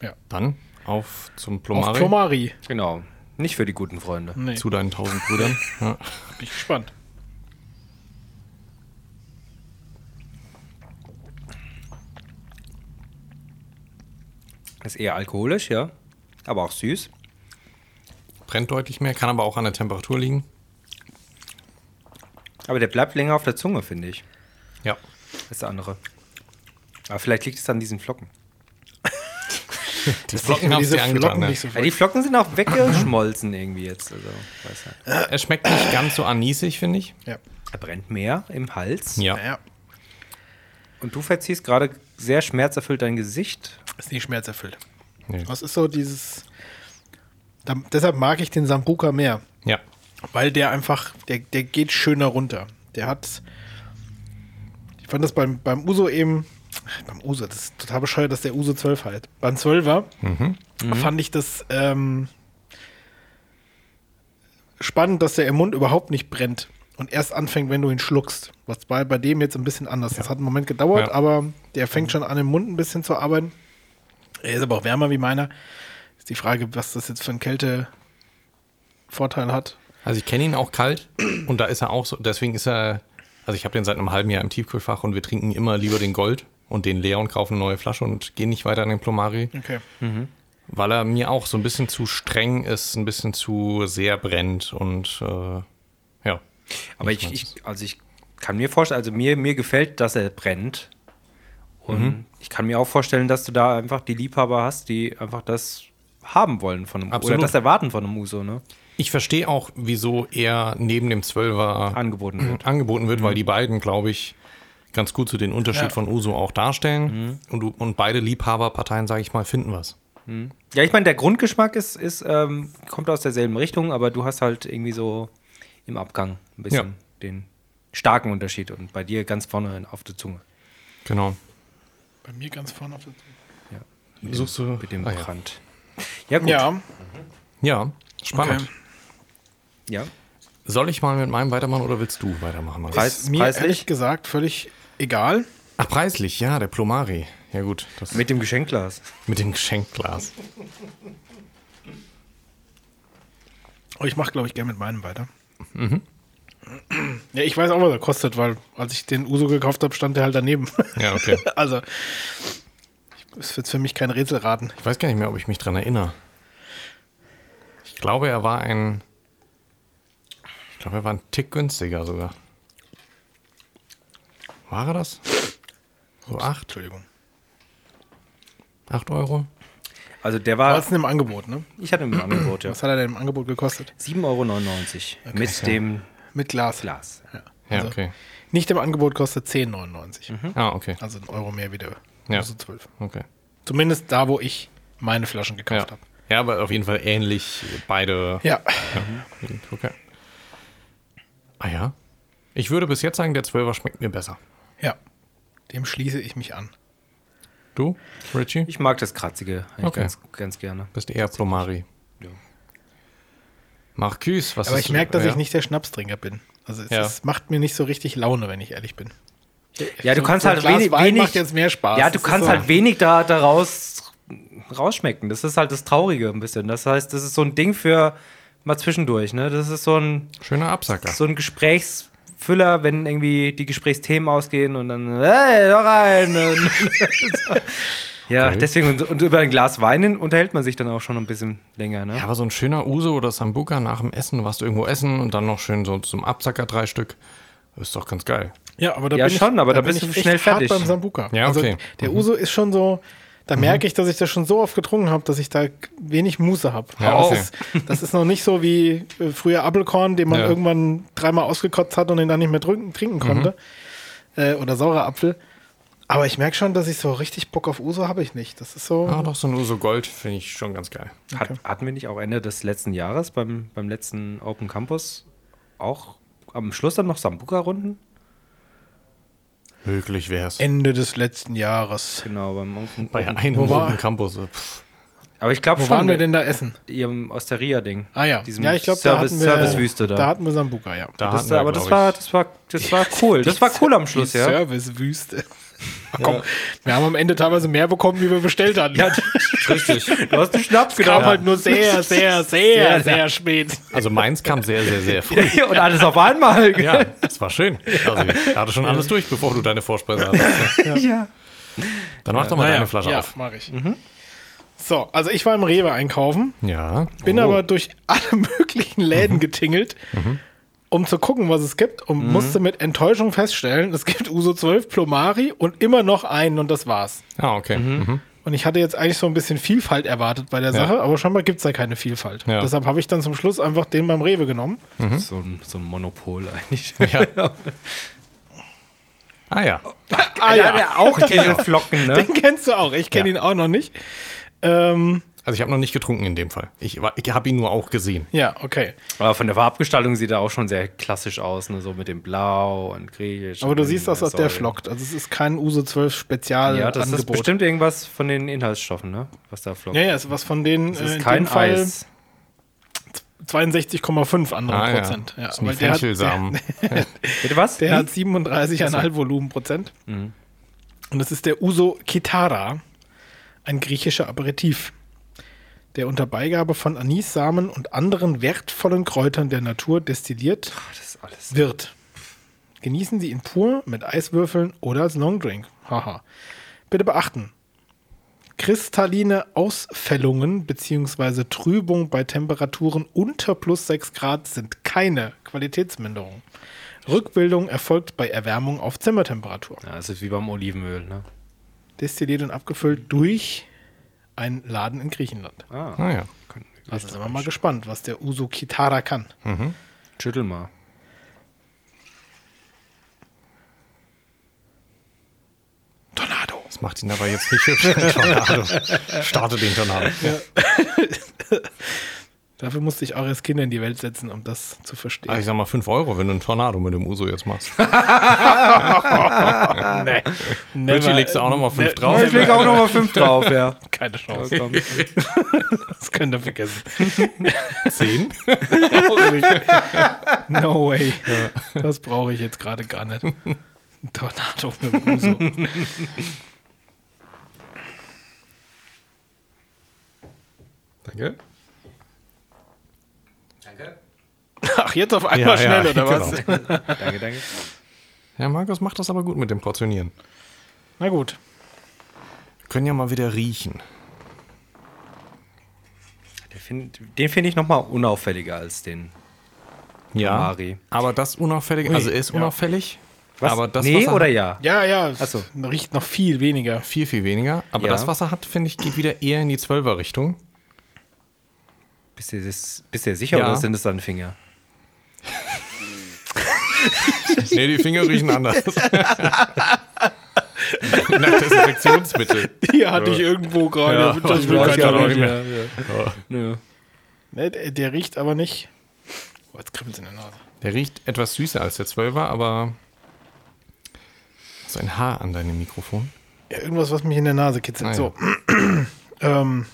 [SPEAKER 3] Ja.
[SPEAKER 1] Dann auf zum Plomari.
[SPEAKER 3] Auf Plomari.
[SPEAKER 2] Genau. Nicht für die guten Freunde.
[SPEAKER 3] Nee,
[SPEAKER 1] Zu deinen tausend Brüdern. ja.
[SPEAKER 3] bin ich gespannt.
[SPEAKER 2] Ist eher alkoholisch, ja. Aber auch süß.
[SPEAKER 1] Brennt deutlich mehr, kann aber auch an der Temperatur liegen.
[SPEAKER 2] Aber der bleibt länger auf der Zunge, finde ich,
[SPEAKER 1] Ja.
[SPEAKER 2] als der andere. Aber vielleicht liegt es an diesen Flocken.
[SPEAKER 1] Die
[SPEAKER 3] Ich
[SPEAKER 1] Flocken
[SPEAKER 3] will
[SPEAKER 1] haben
[SPEAKER 3] diese
[SPEAKER 1] sie
[SPEAKER 3] Flocken
[SPEAKER 1] angetan. Ne?
[SPEAKER 3] nicht so
[SPEAKER 2] Ja, die Flocken sind auch weggeschmolzen irgendwie jetzt. Also, weiß nicht.
[SPEAKER 1] Er schmeckt nicht ganz so anisig, finde ich.
[SPEAKER 3] Ja.
[SPEAKER 2] Er brennt mehr im Hals.
[SPEAKER 1] Ja.
[SPEAKER 3] Naja,
[SPEAKER 2] Und du verziehst gerade sehr schmerzerfüllt dein Gesicht.
[SPEAKER 3] ist nicht schmerzerfüllt.
[SPEAKER 1] Nee.
[SPEAKER 3] Was ist so dieses. Da, deshalb mag ich den Sambuka mehr,
[SPEAKER 1] Ja.
[SPEAKER 3] weil der einfach, der, der geht schöner runter. Der hat. Ich fand das beim, beim Uso eben. Beim Uso, das ist total bescheuert, dass der Uso 12 halt. Beim 12er
[SPEAKER 1] Mhm.
[SPEAKER 3] fand ich das ähm, spannend, dass der im Mund überhaupt nicht brennt und erst anfängt, wenn du ihn schluckst. Was bei, bei dem jetzt ein bisschen anders. Das hat einen Moment gedauert,
[SPEAKER 1] Ja.
[SPEAKER 3] aber der fängt schon an, im Mund ein bisschen zu arbeiten. Er ist aber auch wärmer wie meiner. Ist die Frage, was das jetzt für einen Kältevorteil hat.
[SPEAKER 1] Also ich kenne ihn auch kalt und da ist er auch so, deswegen ist er, also ich habe den seit einem halben Jahr im Tiefkühlfach und wir trinken immer lieber den Gold und den leer und kaufen eine neue Flasche und gehen nicht weiter an den Plomari,
[SPEAKER 3] Okay.
[SPEAKER 1] weil er mir auch so ein bisschen zu streng ist, ein bisschen zu sehr brennt und äh, ja.
[SPEAKER 2] Aber
[SPEAKER 1] Nicht
[SPEAKER 2] ich,
[SPEAKER 1] meins.
[SPEAKER 2] ich, also ich kann mir vorstellen, also mir, mir gefällt, dass er brennt. Und
[SPEAKER 1] Mhm.
[SPEAKER 2] ich kann mir auch vorstellen, dass du da einfach die Liebhaber hast, die einfach das haben wollen von einem
[SPEAKER 1] Absolut.
[SPEAKER 2] Oder das erwarten von einem Uso, ne?
[SPEAKER 1] Ich verstehe auch, wieso er neben dem Zwölfer
[SPEAKER 2] Angeboten wird.
[SPEAKER 1] angeboten wird, weil die beiden, glaube ich, ganz gut so den Unterschied
[SPEAKER 3] Ja.
[SPEAKER 1] von Uso auch darstellen und, du- und beide Liebhaberparteien, sage ich mal, finden was.
[SPEAKER 2] Ja, ich meine, der Grundgeschmack ist, ist ähm, kommt aus derselben Richtung, aber du hast halt irgendwie so im Abgang ein bisschen
[SPEAKER 1] Ja.
[SPEAKER 2] den starken Unterschied und bei dir ganz vorne auf der Zunge
[SPEAKER 1] Genau.
[SPEAKER 3] Bei mir ganz vorne auf der
[SPEAKER 1] Suchst du
[SPEAKER 2] mit dem
[SPEAKER 1] Ah, ja.
[SPEAKER 2] Brand. Ja, gut.
[SPEAKER 3] Ja,
[SPEAKER 1] ja, spannend.
[SPEAKER 3] Okay.
[SPEAKER 2] ja.
[SPEAKER 1] Soll ich mal mit meinem weitermachen oder willst du weitermachen? Maris?
[SPEAKER 2] Preis-
[SPEAKER 3] ist mir
[SPEAKER 2] preislich?
[SPEAKER 3] ehrlich gesagt völlig egal.
[SPEAKER 1] Ach, preislich, ja, der Plomari. Ja gut, das mit,
[SPEAKER 2] Mit dem Geschenkglas.
[SPEAKER 1] dem Geschenkglas.
[SPEAKER 3] Aber ich mache, glaube ich, gerne mit meinem weiter.
[SPEAKER 1] Mhm.
[SPEAKER 3] Ja, ich weiß auch, was er kostet, weil als ich den Uso gekauft habe, stand der halt daneben.
[SPEAKER 1] Ja, okay.
[SPEAKER 3] also, es wird für mich kein Rätselraten.
[SPEAKER 1] Ich weiß gar nicht mehr, ob ich mich dran erinnere. Ich glaube, er war ein... Ich glaube, er war ein Tick günstiger sogar. War er das? So Oh, acht,
[SPEAKER 3] Entschuldigung.
[SPEAKER 1] acht Euro?
[SPEAKER 2] Also der
[SPEAKER 3] War
[SPEAKER 2] war,
[SPEAKER 3] es denn im Angebot, ne?
[SPEAKER 2] ich hatte ihn im Angebot, ja.
[SPEAKER 3] Was hat er denn im Angebot gekostet?
[SPEAKER 2] 7,99 Euro mit dem
[SPEAKER 3] Mit Glas.
[SPEAKER 2] Glas.
[SPEAKER 1] Ja,
[SPEAKER 3] Also-
[SPEAKER 1] okay.
[SPEAKER 3] Nicht im Angebot kostet 10,99.
[SPEAKER 1] Ah, okay.
[SPEAKER 3] Also ein Euro mehr wieder.
[SPEAKER 1] Ja.
[SPEAKER 3] Also 12.
[SPEAKER 1] okay.
[SPEAKER 3] Zumindest da, wo ich meine Flaschen
[SPEAKER 1] Ja.
[SPEAKER 3] gekauft habe.
[SPEAKER 1] ja, aber auf jeden Fall ähnlich beide
[SPEAKER 3] Ja.
[SPEAKER 1] Okay. Ah ja. Ich würde bis jetzt sagen, der 12er schmeckt mir besser.
[SPEAKER 3] ja. Dem schließe ich mich an.
[SPEAKER 1] Du, Richie?
[SPEAKER 2] Ich mag das Kratzige eigentlich
[SPEAKER 1] Okay.
[SPEAKER 2] ganz, ganz gerne.
[SPEAKER 1] bist eher Plomari. Marcus, was
[SPEAKER 3] Aber
[SPEAKER 1] ist
[SPEAKER 3] ich merke, dass
[SPEAKER 1] ja.
[SPEAKER 3] ich nicht der Schnapstrinker bin. Also es,
[SPEAKER 1] Ja.
[SPEAKER 3] es macht mir nicht so richtig Laune, wenn ich ehrlich bin.
[SPEAKER 2] Ja, du
[SPEAKER 3] So-
[SPEAKER 2] kannst
[SPEAKER 3] so ein
[SPEAKER 2] halt
[SPEAKER 3] Glas
[SPEAKER 2] wenig,
[SPEAKER 3] Wein
[SPEAKER 2] wenig
[SPEAKER 3] macht jetzt mehr Spaß.
[SPEAKER 2] Ja, du
[SPEAKER 3] Das Ah, ist
[SPEAKER 2] kannst
[SPEAKER 3] so-
[SPEAKER 2] halt wenig da daraus rausschmecken. Das ist halt das Traurige ein bisschen. Das heißt, das ist so ein Ding für mal zwischendurch. Ne, das ist so ein
[SPEAKER 1] Schöner Absacker.
[SPEAKER 2] so ein Gesprächsfüller, wenn irgendwie die Gesprächsthemen ausgehen und dann hey, da rein. Und ja,
[SPEAKER 1] Okay.
[SPEAKER 2] deswegen und, und über ein Glas Wein hin unterhält man sich dann auch schon ein bisschen länger. Ne?
[SPEAKER 1] Ja, aber so ein schöner Uso oder Sambuca nach dem Essen, warst du irgendwo essen und dann noch schön so zum Absacker drei Stück. Ist doch ganz geil.
[SPEAKER 3] Ja, aber da
[SPEAKER 2] Ja,
[SPEAKER 3] bin ich,
[SPEAKER 2] schon, aber da
[SPEAKER 3] bin
[SPEAKER 2] bist
[SPEAKER 3] ich
[SPEAKER 2] du schnell
[SPEAKER 3] echt hart
[SPEAKER 2] fertig.
[SPEAKER 3] beim Sambuka.
[SPEAKER 1] Ja, okay. Mhm.
[SPEAKER 3] Also, der Uso ist schon so, da merke ich, dass ich das schon so oft getrunken habe, dass ich da wenig Muße habe.
[SPEAKER 1] Ja,
[SPEAKER 3] das,
[SPEAKER 1] okay.
[SPEAKER 3] ist, das ist noch nicht so wie äh, früher Apfelkorn, den man
[SPEAKER 1] Ja.
[SPEAKER 3] irgendwann dreimal ausgekotzt hat und den dann nicht mehr drücken, trinken konnte.
[SPEAKER 1] Mhm.
[SPEAKER 3] Äh, oder saurer Apfel. Aber ich merke schon, dass ich so richtig Bock auf Uso habe ich nicht. Das ist so.
[SPEAKER 1] Ah, doch, so ein Uso Gold finde ich schon ganz geil.
[SPEAKER 2] Hat, Hatten wir nicht auch Ende des letzten Jahres beim, beim letzten Open Campus auch am Schluss dann noch Sambuka-Runden?
[SPEAKER 1] Möglich wär's.
[SPEAKER 3] Ende des letzten Jahres.
[SPEAKER 2] Genau, beim Open,
[SPEAKER 1] Bei
[SPEAKER 2] Open
[SPEAKER 1] einem
[SPEAKER 3] war-
[SPEAKER 1] Open Campus. äh, Pff.
[SPEAKER 2] Aber ich glaube
[SPEAKER 3] Wo
[SPEAKER 2] schon.
[SPEAKER 3] waren wir denn da essen?
[SPEAKER 2] Ihrem Osteria-Ding.
[SPEAKER 3] Ah ja,
[SPEAKER 2] Diesem
[SPEAKER 3] ja, ich glaube, da
[SPEAKER 2] Service,
[SPEAKER 3] hatten wir
[SPEAKER 2] Servicewüste da.
[SPEAKER 3] Da hatten wir Sambuka, ja.
[SPEAKER 1] Da
[SPEAKER 2] das,
[SPEAKER 1] hatten wir,
[SPEAKER 2] aber
[SPEAKER 1] glaub
[SPEAKER 2] das
[SPEAKER 1] ich-
[SPEAKER 2] war, das war, das war cool. Das war cool am Schluss,
[SPEAKER 3] Die
[SPEAKER 2] ja.
[SPEAKER 3] Servicewüste. Ach komm, wir haben am Ende teilweise mehr bekommen, wie wir bestellt hatten.
[SPEAKER 2] Ja,
[SPEAKER 1] Richtig.
[SPEAKER 2] Du hast einen Schnaps
[SPEAKER 3] Kam
[SPEAKER 2] genommen.
[SPEAKER 3] halt nur sehr, sehr, sehr, sehr spät.
[SPEAKER 1] Also meins kam sehr, sehr, sehr früh.
[SPEAKER 2] Und alles auf einmal. gell?
[SPEAKER 1] Ja, das war schön. Also ich hatte schon alles durch, bevor du deine Vorspeise hattest.
[SPEAKER 2] ja.
[SPEAKER 1] Dann mach doch mal
[SPEAKER 3] Naja,
[SPEAKER 1] deine Flasche
[SPEAKER 3] ja,
[SPEAKER 1] auf.
[SPEAKER 3] mache ich.
[SPEAKER 2] Mhm.
[SPEAKER 3] So, also ich war im Rewe einkaufen,
[SPEAKER 1] Ja.
[SPEAKER 2] Oh.
[SPEAKER 3] bin aber durch alle möglichen
[SPEAKER 2] Mhm.
[SPEAKER 3] Läden getingelt, um zu gucken, was es gibt und musste mit Enttäuschung feststellen, es gibt Uso 12 Plomari und immer noch einen und das war's.
[SPEAKER 1] Ah, okay. Mhm.
[SPEAKER 3] Und ich hatte jetzt eigentlich so ein bisschen Vielfalt erwartet bei der Sache, aber scheinbar gibt es da keine Vielfalt.
[SPEAKER 1] Ja.
[SPEAKER 3] Deshalb habe ich dann zum Schluss einfach den beim Rewe genommen.
[SPEAKER 1] Mhm.
[SPEAKER 2] So, ein, so ein Monopol eigentlich.
[SPEAKER 1] Ah ja.
[SPEAKER 3] Ah
[SPEAKER 2] Der hat ja auch diese Flocken, ne?
[SPEAKER 3] Den kennst du auch. Ich kenne
[SPEAKER 1] Ja.
[SPEAKER 3] ihn auch noch nicht. Ähm,
[SPEAKER 1] Also ich habe noch nicht getrunken in dem Fall. Ich, war- ich habe ihn nur auch gesehen.
[SPEAKER 3] ja, okay.
[SPEAKER 2] Aber von der Farbgestaltung sieht er auch schon sehr klassisch aus, ne? so mit dem Blau und Griechisch.
[SPEAKER 3] Aber du
[SPEAKER 2] und
[SPEAKER 3] siehst, dass das
[SPEAKER 2] Säure.
[SPEAKER 3] der flockt. Also es ist kein Uso 12 Spezial
[SPEAKER 2] Ja, das ist
[SPEAKER 3] Angebot.
[SPEAKER 2] bestimmt irgendwas von den Inhaltsstoffen, ne? Was da flockt.
[SPEAKER 3] ja, ja, ist was von denen
[SPEAKER 2] Das
[SPEAKER 3] äh,
[SPEAKER 2] ist
[SPEAKER 3] in
[SPEAKER 2] kein
[SPEAKER 3] dem Fall
[SPEAKER 2] Eis.
[SPEAKER 3] 62,5 andere
[SPEAKER 1] Ah, ja.
[SPEAKER 3] Prozent. Ja,
[SPEAKER 1] das sind
[SPEAKER 3] weil
[SPEAKER 1] die
[SPEAKER 3] der hat, der,
[SPEAKER 1] Fenchelsamen.
[SPEAKER 2] Bitte was? Hm?
[SPEAKER 3] der hat 37,5 Volumen Prozent.
[SPEAKER 2] Mhm.
[SPEAKER 3] Und das ist der Uso Kitara, ein griechischer Aperitif, der unter Beigabe von Anissamen und anderen wertvollen Kräutern der Natur destilliert
[SPEAKER 2] das ist alles.
[SPEAKER 3] wird. Genießen Sie ihn pur mit Eiswürfeln oder als Longdrink. Haha. Bitte beachten. Kristalline Ausfällungen bzw. Trübung bei Temperaturen unter plus 6 Grad sind keine Qualitätsminderung. Rückbildung erfolgt bei Erwärmung auf Zimmertemperatur.
[SPEAKER 2] Ja, es ist wie beim Olivenöl, ne?
[SPEAKER 3] Destilliert und abgefüllt durch einen Laden in Griechenland.
[SPEAKER 2] Ah,
[SPEAKER 1] Ah ja.
[SPEAKER 3] Also sind wir mal gespannt, was der Uso Kitara kann.
[SPEAKER 2] schüttel mal.
[SPEAKER 3] Tornado.
[SPEAKER 1] Das macht ihn aber jetzt nicht hübsch. den Tornado. Starte den Tornado.
[SPEAKER 3] Dafür musste ich auch erst Kinder in die Welt setzen, um das zu verstehen.
[SPEAKER 1] Also ich sag mal 5 Euro, wenn du einen Tornado mit dem Uso jetzt machst.
[SPEAKER 3] nee. Ne-
[SPEAKER 1] Richie legst du auch nochmal 5 drauf.
[SPEAKER 2] Ich lege auch nochmal fünf drauf, ja.
[SPEAKER 3] Keine Chance.
[SPEAKER 2] Komm.
[SPEAKER 3] Das könnt ihr vergessen.
[SPEAKER 1] 10.
[SPEAKER 3] No way. Das brauche ich jetzt gerade gar nicht. Ein Tornado mit dem Uso.
[SPEAKER 1] Danke.
[SPEAKER 2] Danke.
[SPEAKER 3] Ach, jetzt auf einmal
[SPEAKER 1] Ja, ja,
[SPEAKER 3] schnell, oder was?
[SPEAKER 1] genau.
[SPEAKER 2] Danke, danke.
[SPEAKER 1] Ja, Markus macht das aber gut mit dem Portionieren.
[SPEAKER 3] Na gut.
[SPEAKER 1] Wir können ja mal wieder riechen.
[SPEAKER 2] Den finde den find ich nochmal unauffälliger als den.
[SPEAKER 1] Ja.
[SPEAKER 2] Mari.
[SPEAKER 1] Aber das unauffällig, also er ist
[SPEAKER 3] ja.
[SPEAKER 1] unauffällig. Aber das
[SPEAKER 2] nee
[SPEAKER 1] Wasser
[SPEAKER 2] oder
[SPEAKER 1] hat
[SPEAKER 2] ja?
[SPEAKER 3] Ja, ja, es
[SPEAKER 2] Ach so.
[SPEAKER 3] riecht noch viel weniger.
[SPEAKER 1] viel, viel weniger. Aber
[SPEAKER 2] Ja.
[SPEAKER 1] das Wasser hat, finde ich, geht wieder eher in die 12er Richtung.
[SPEAKER 2] Bist du, das- bist du dir sicher
[SPEAKER 1] Ja.
[SPEAKER 2] oder sind es deine Finger?
[SPEAKER 1] Nee, die Finger riechen anders. Nach Desinfektionsmittel.
[SPEAKER 3] Die hatte ich irgendwo gerade.
[SPEAKER 1] Ja,
[SPEAKER 3] das
[SPEAKER 1] ich
[SPEAKER 3] will
[SPEAKER 1] weiß
[SPEAKER 3] keiner
[SPEAKER 1] ja auch
[SPEAKER 3] wissen.
[SPEAKER 1] nicht mehr.
[SPEAKER 3] Nee, Ne, der, der riecht aber nicht. Oh, jetzt kribbelt in der Nase.
[SPEAKER 1] Der riecht etwas süßer als der 12er, aber. Hast du ein Haar an deinem Mikrofon?
[SPEAKER 3] Ja, irgendwas, was mich in der Nase kitzelt.
[SPEAKER 1] Ah, ja.
[SPEAKER 3] So. ähm.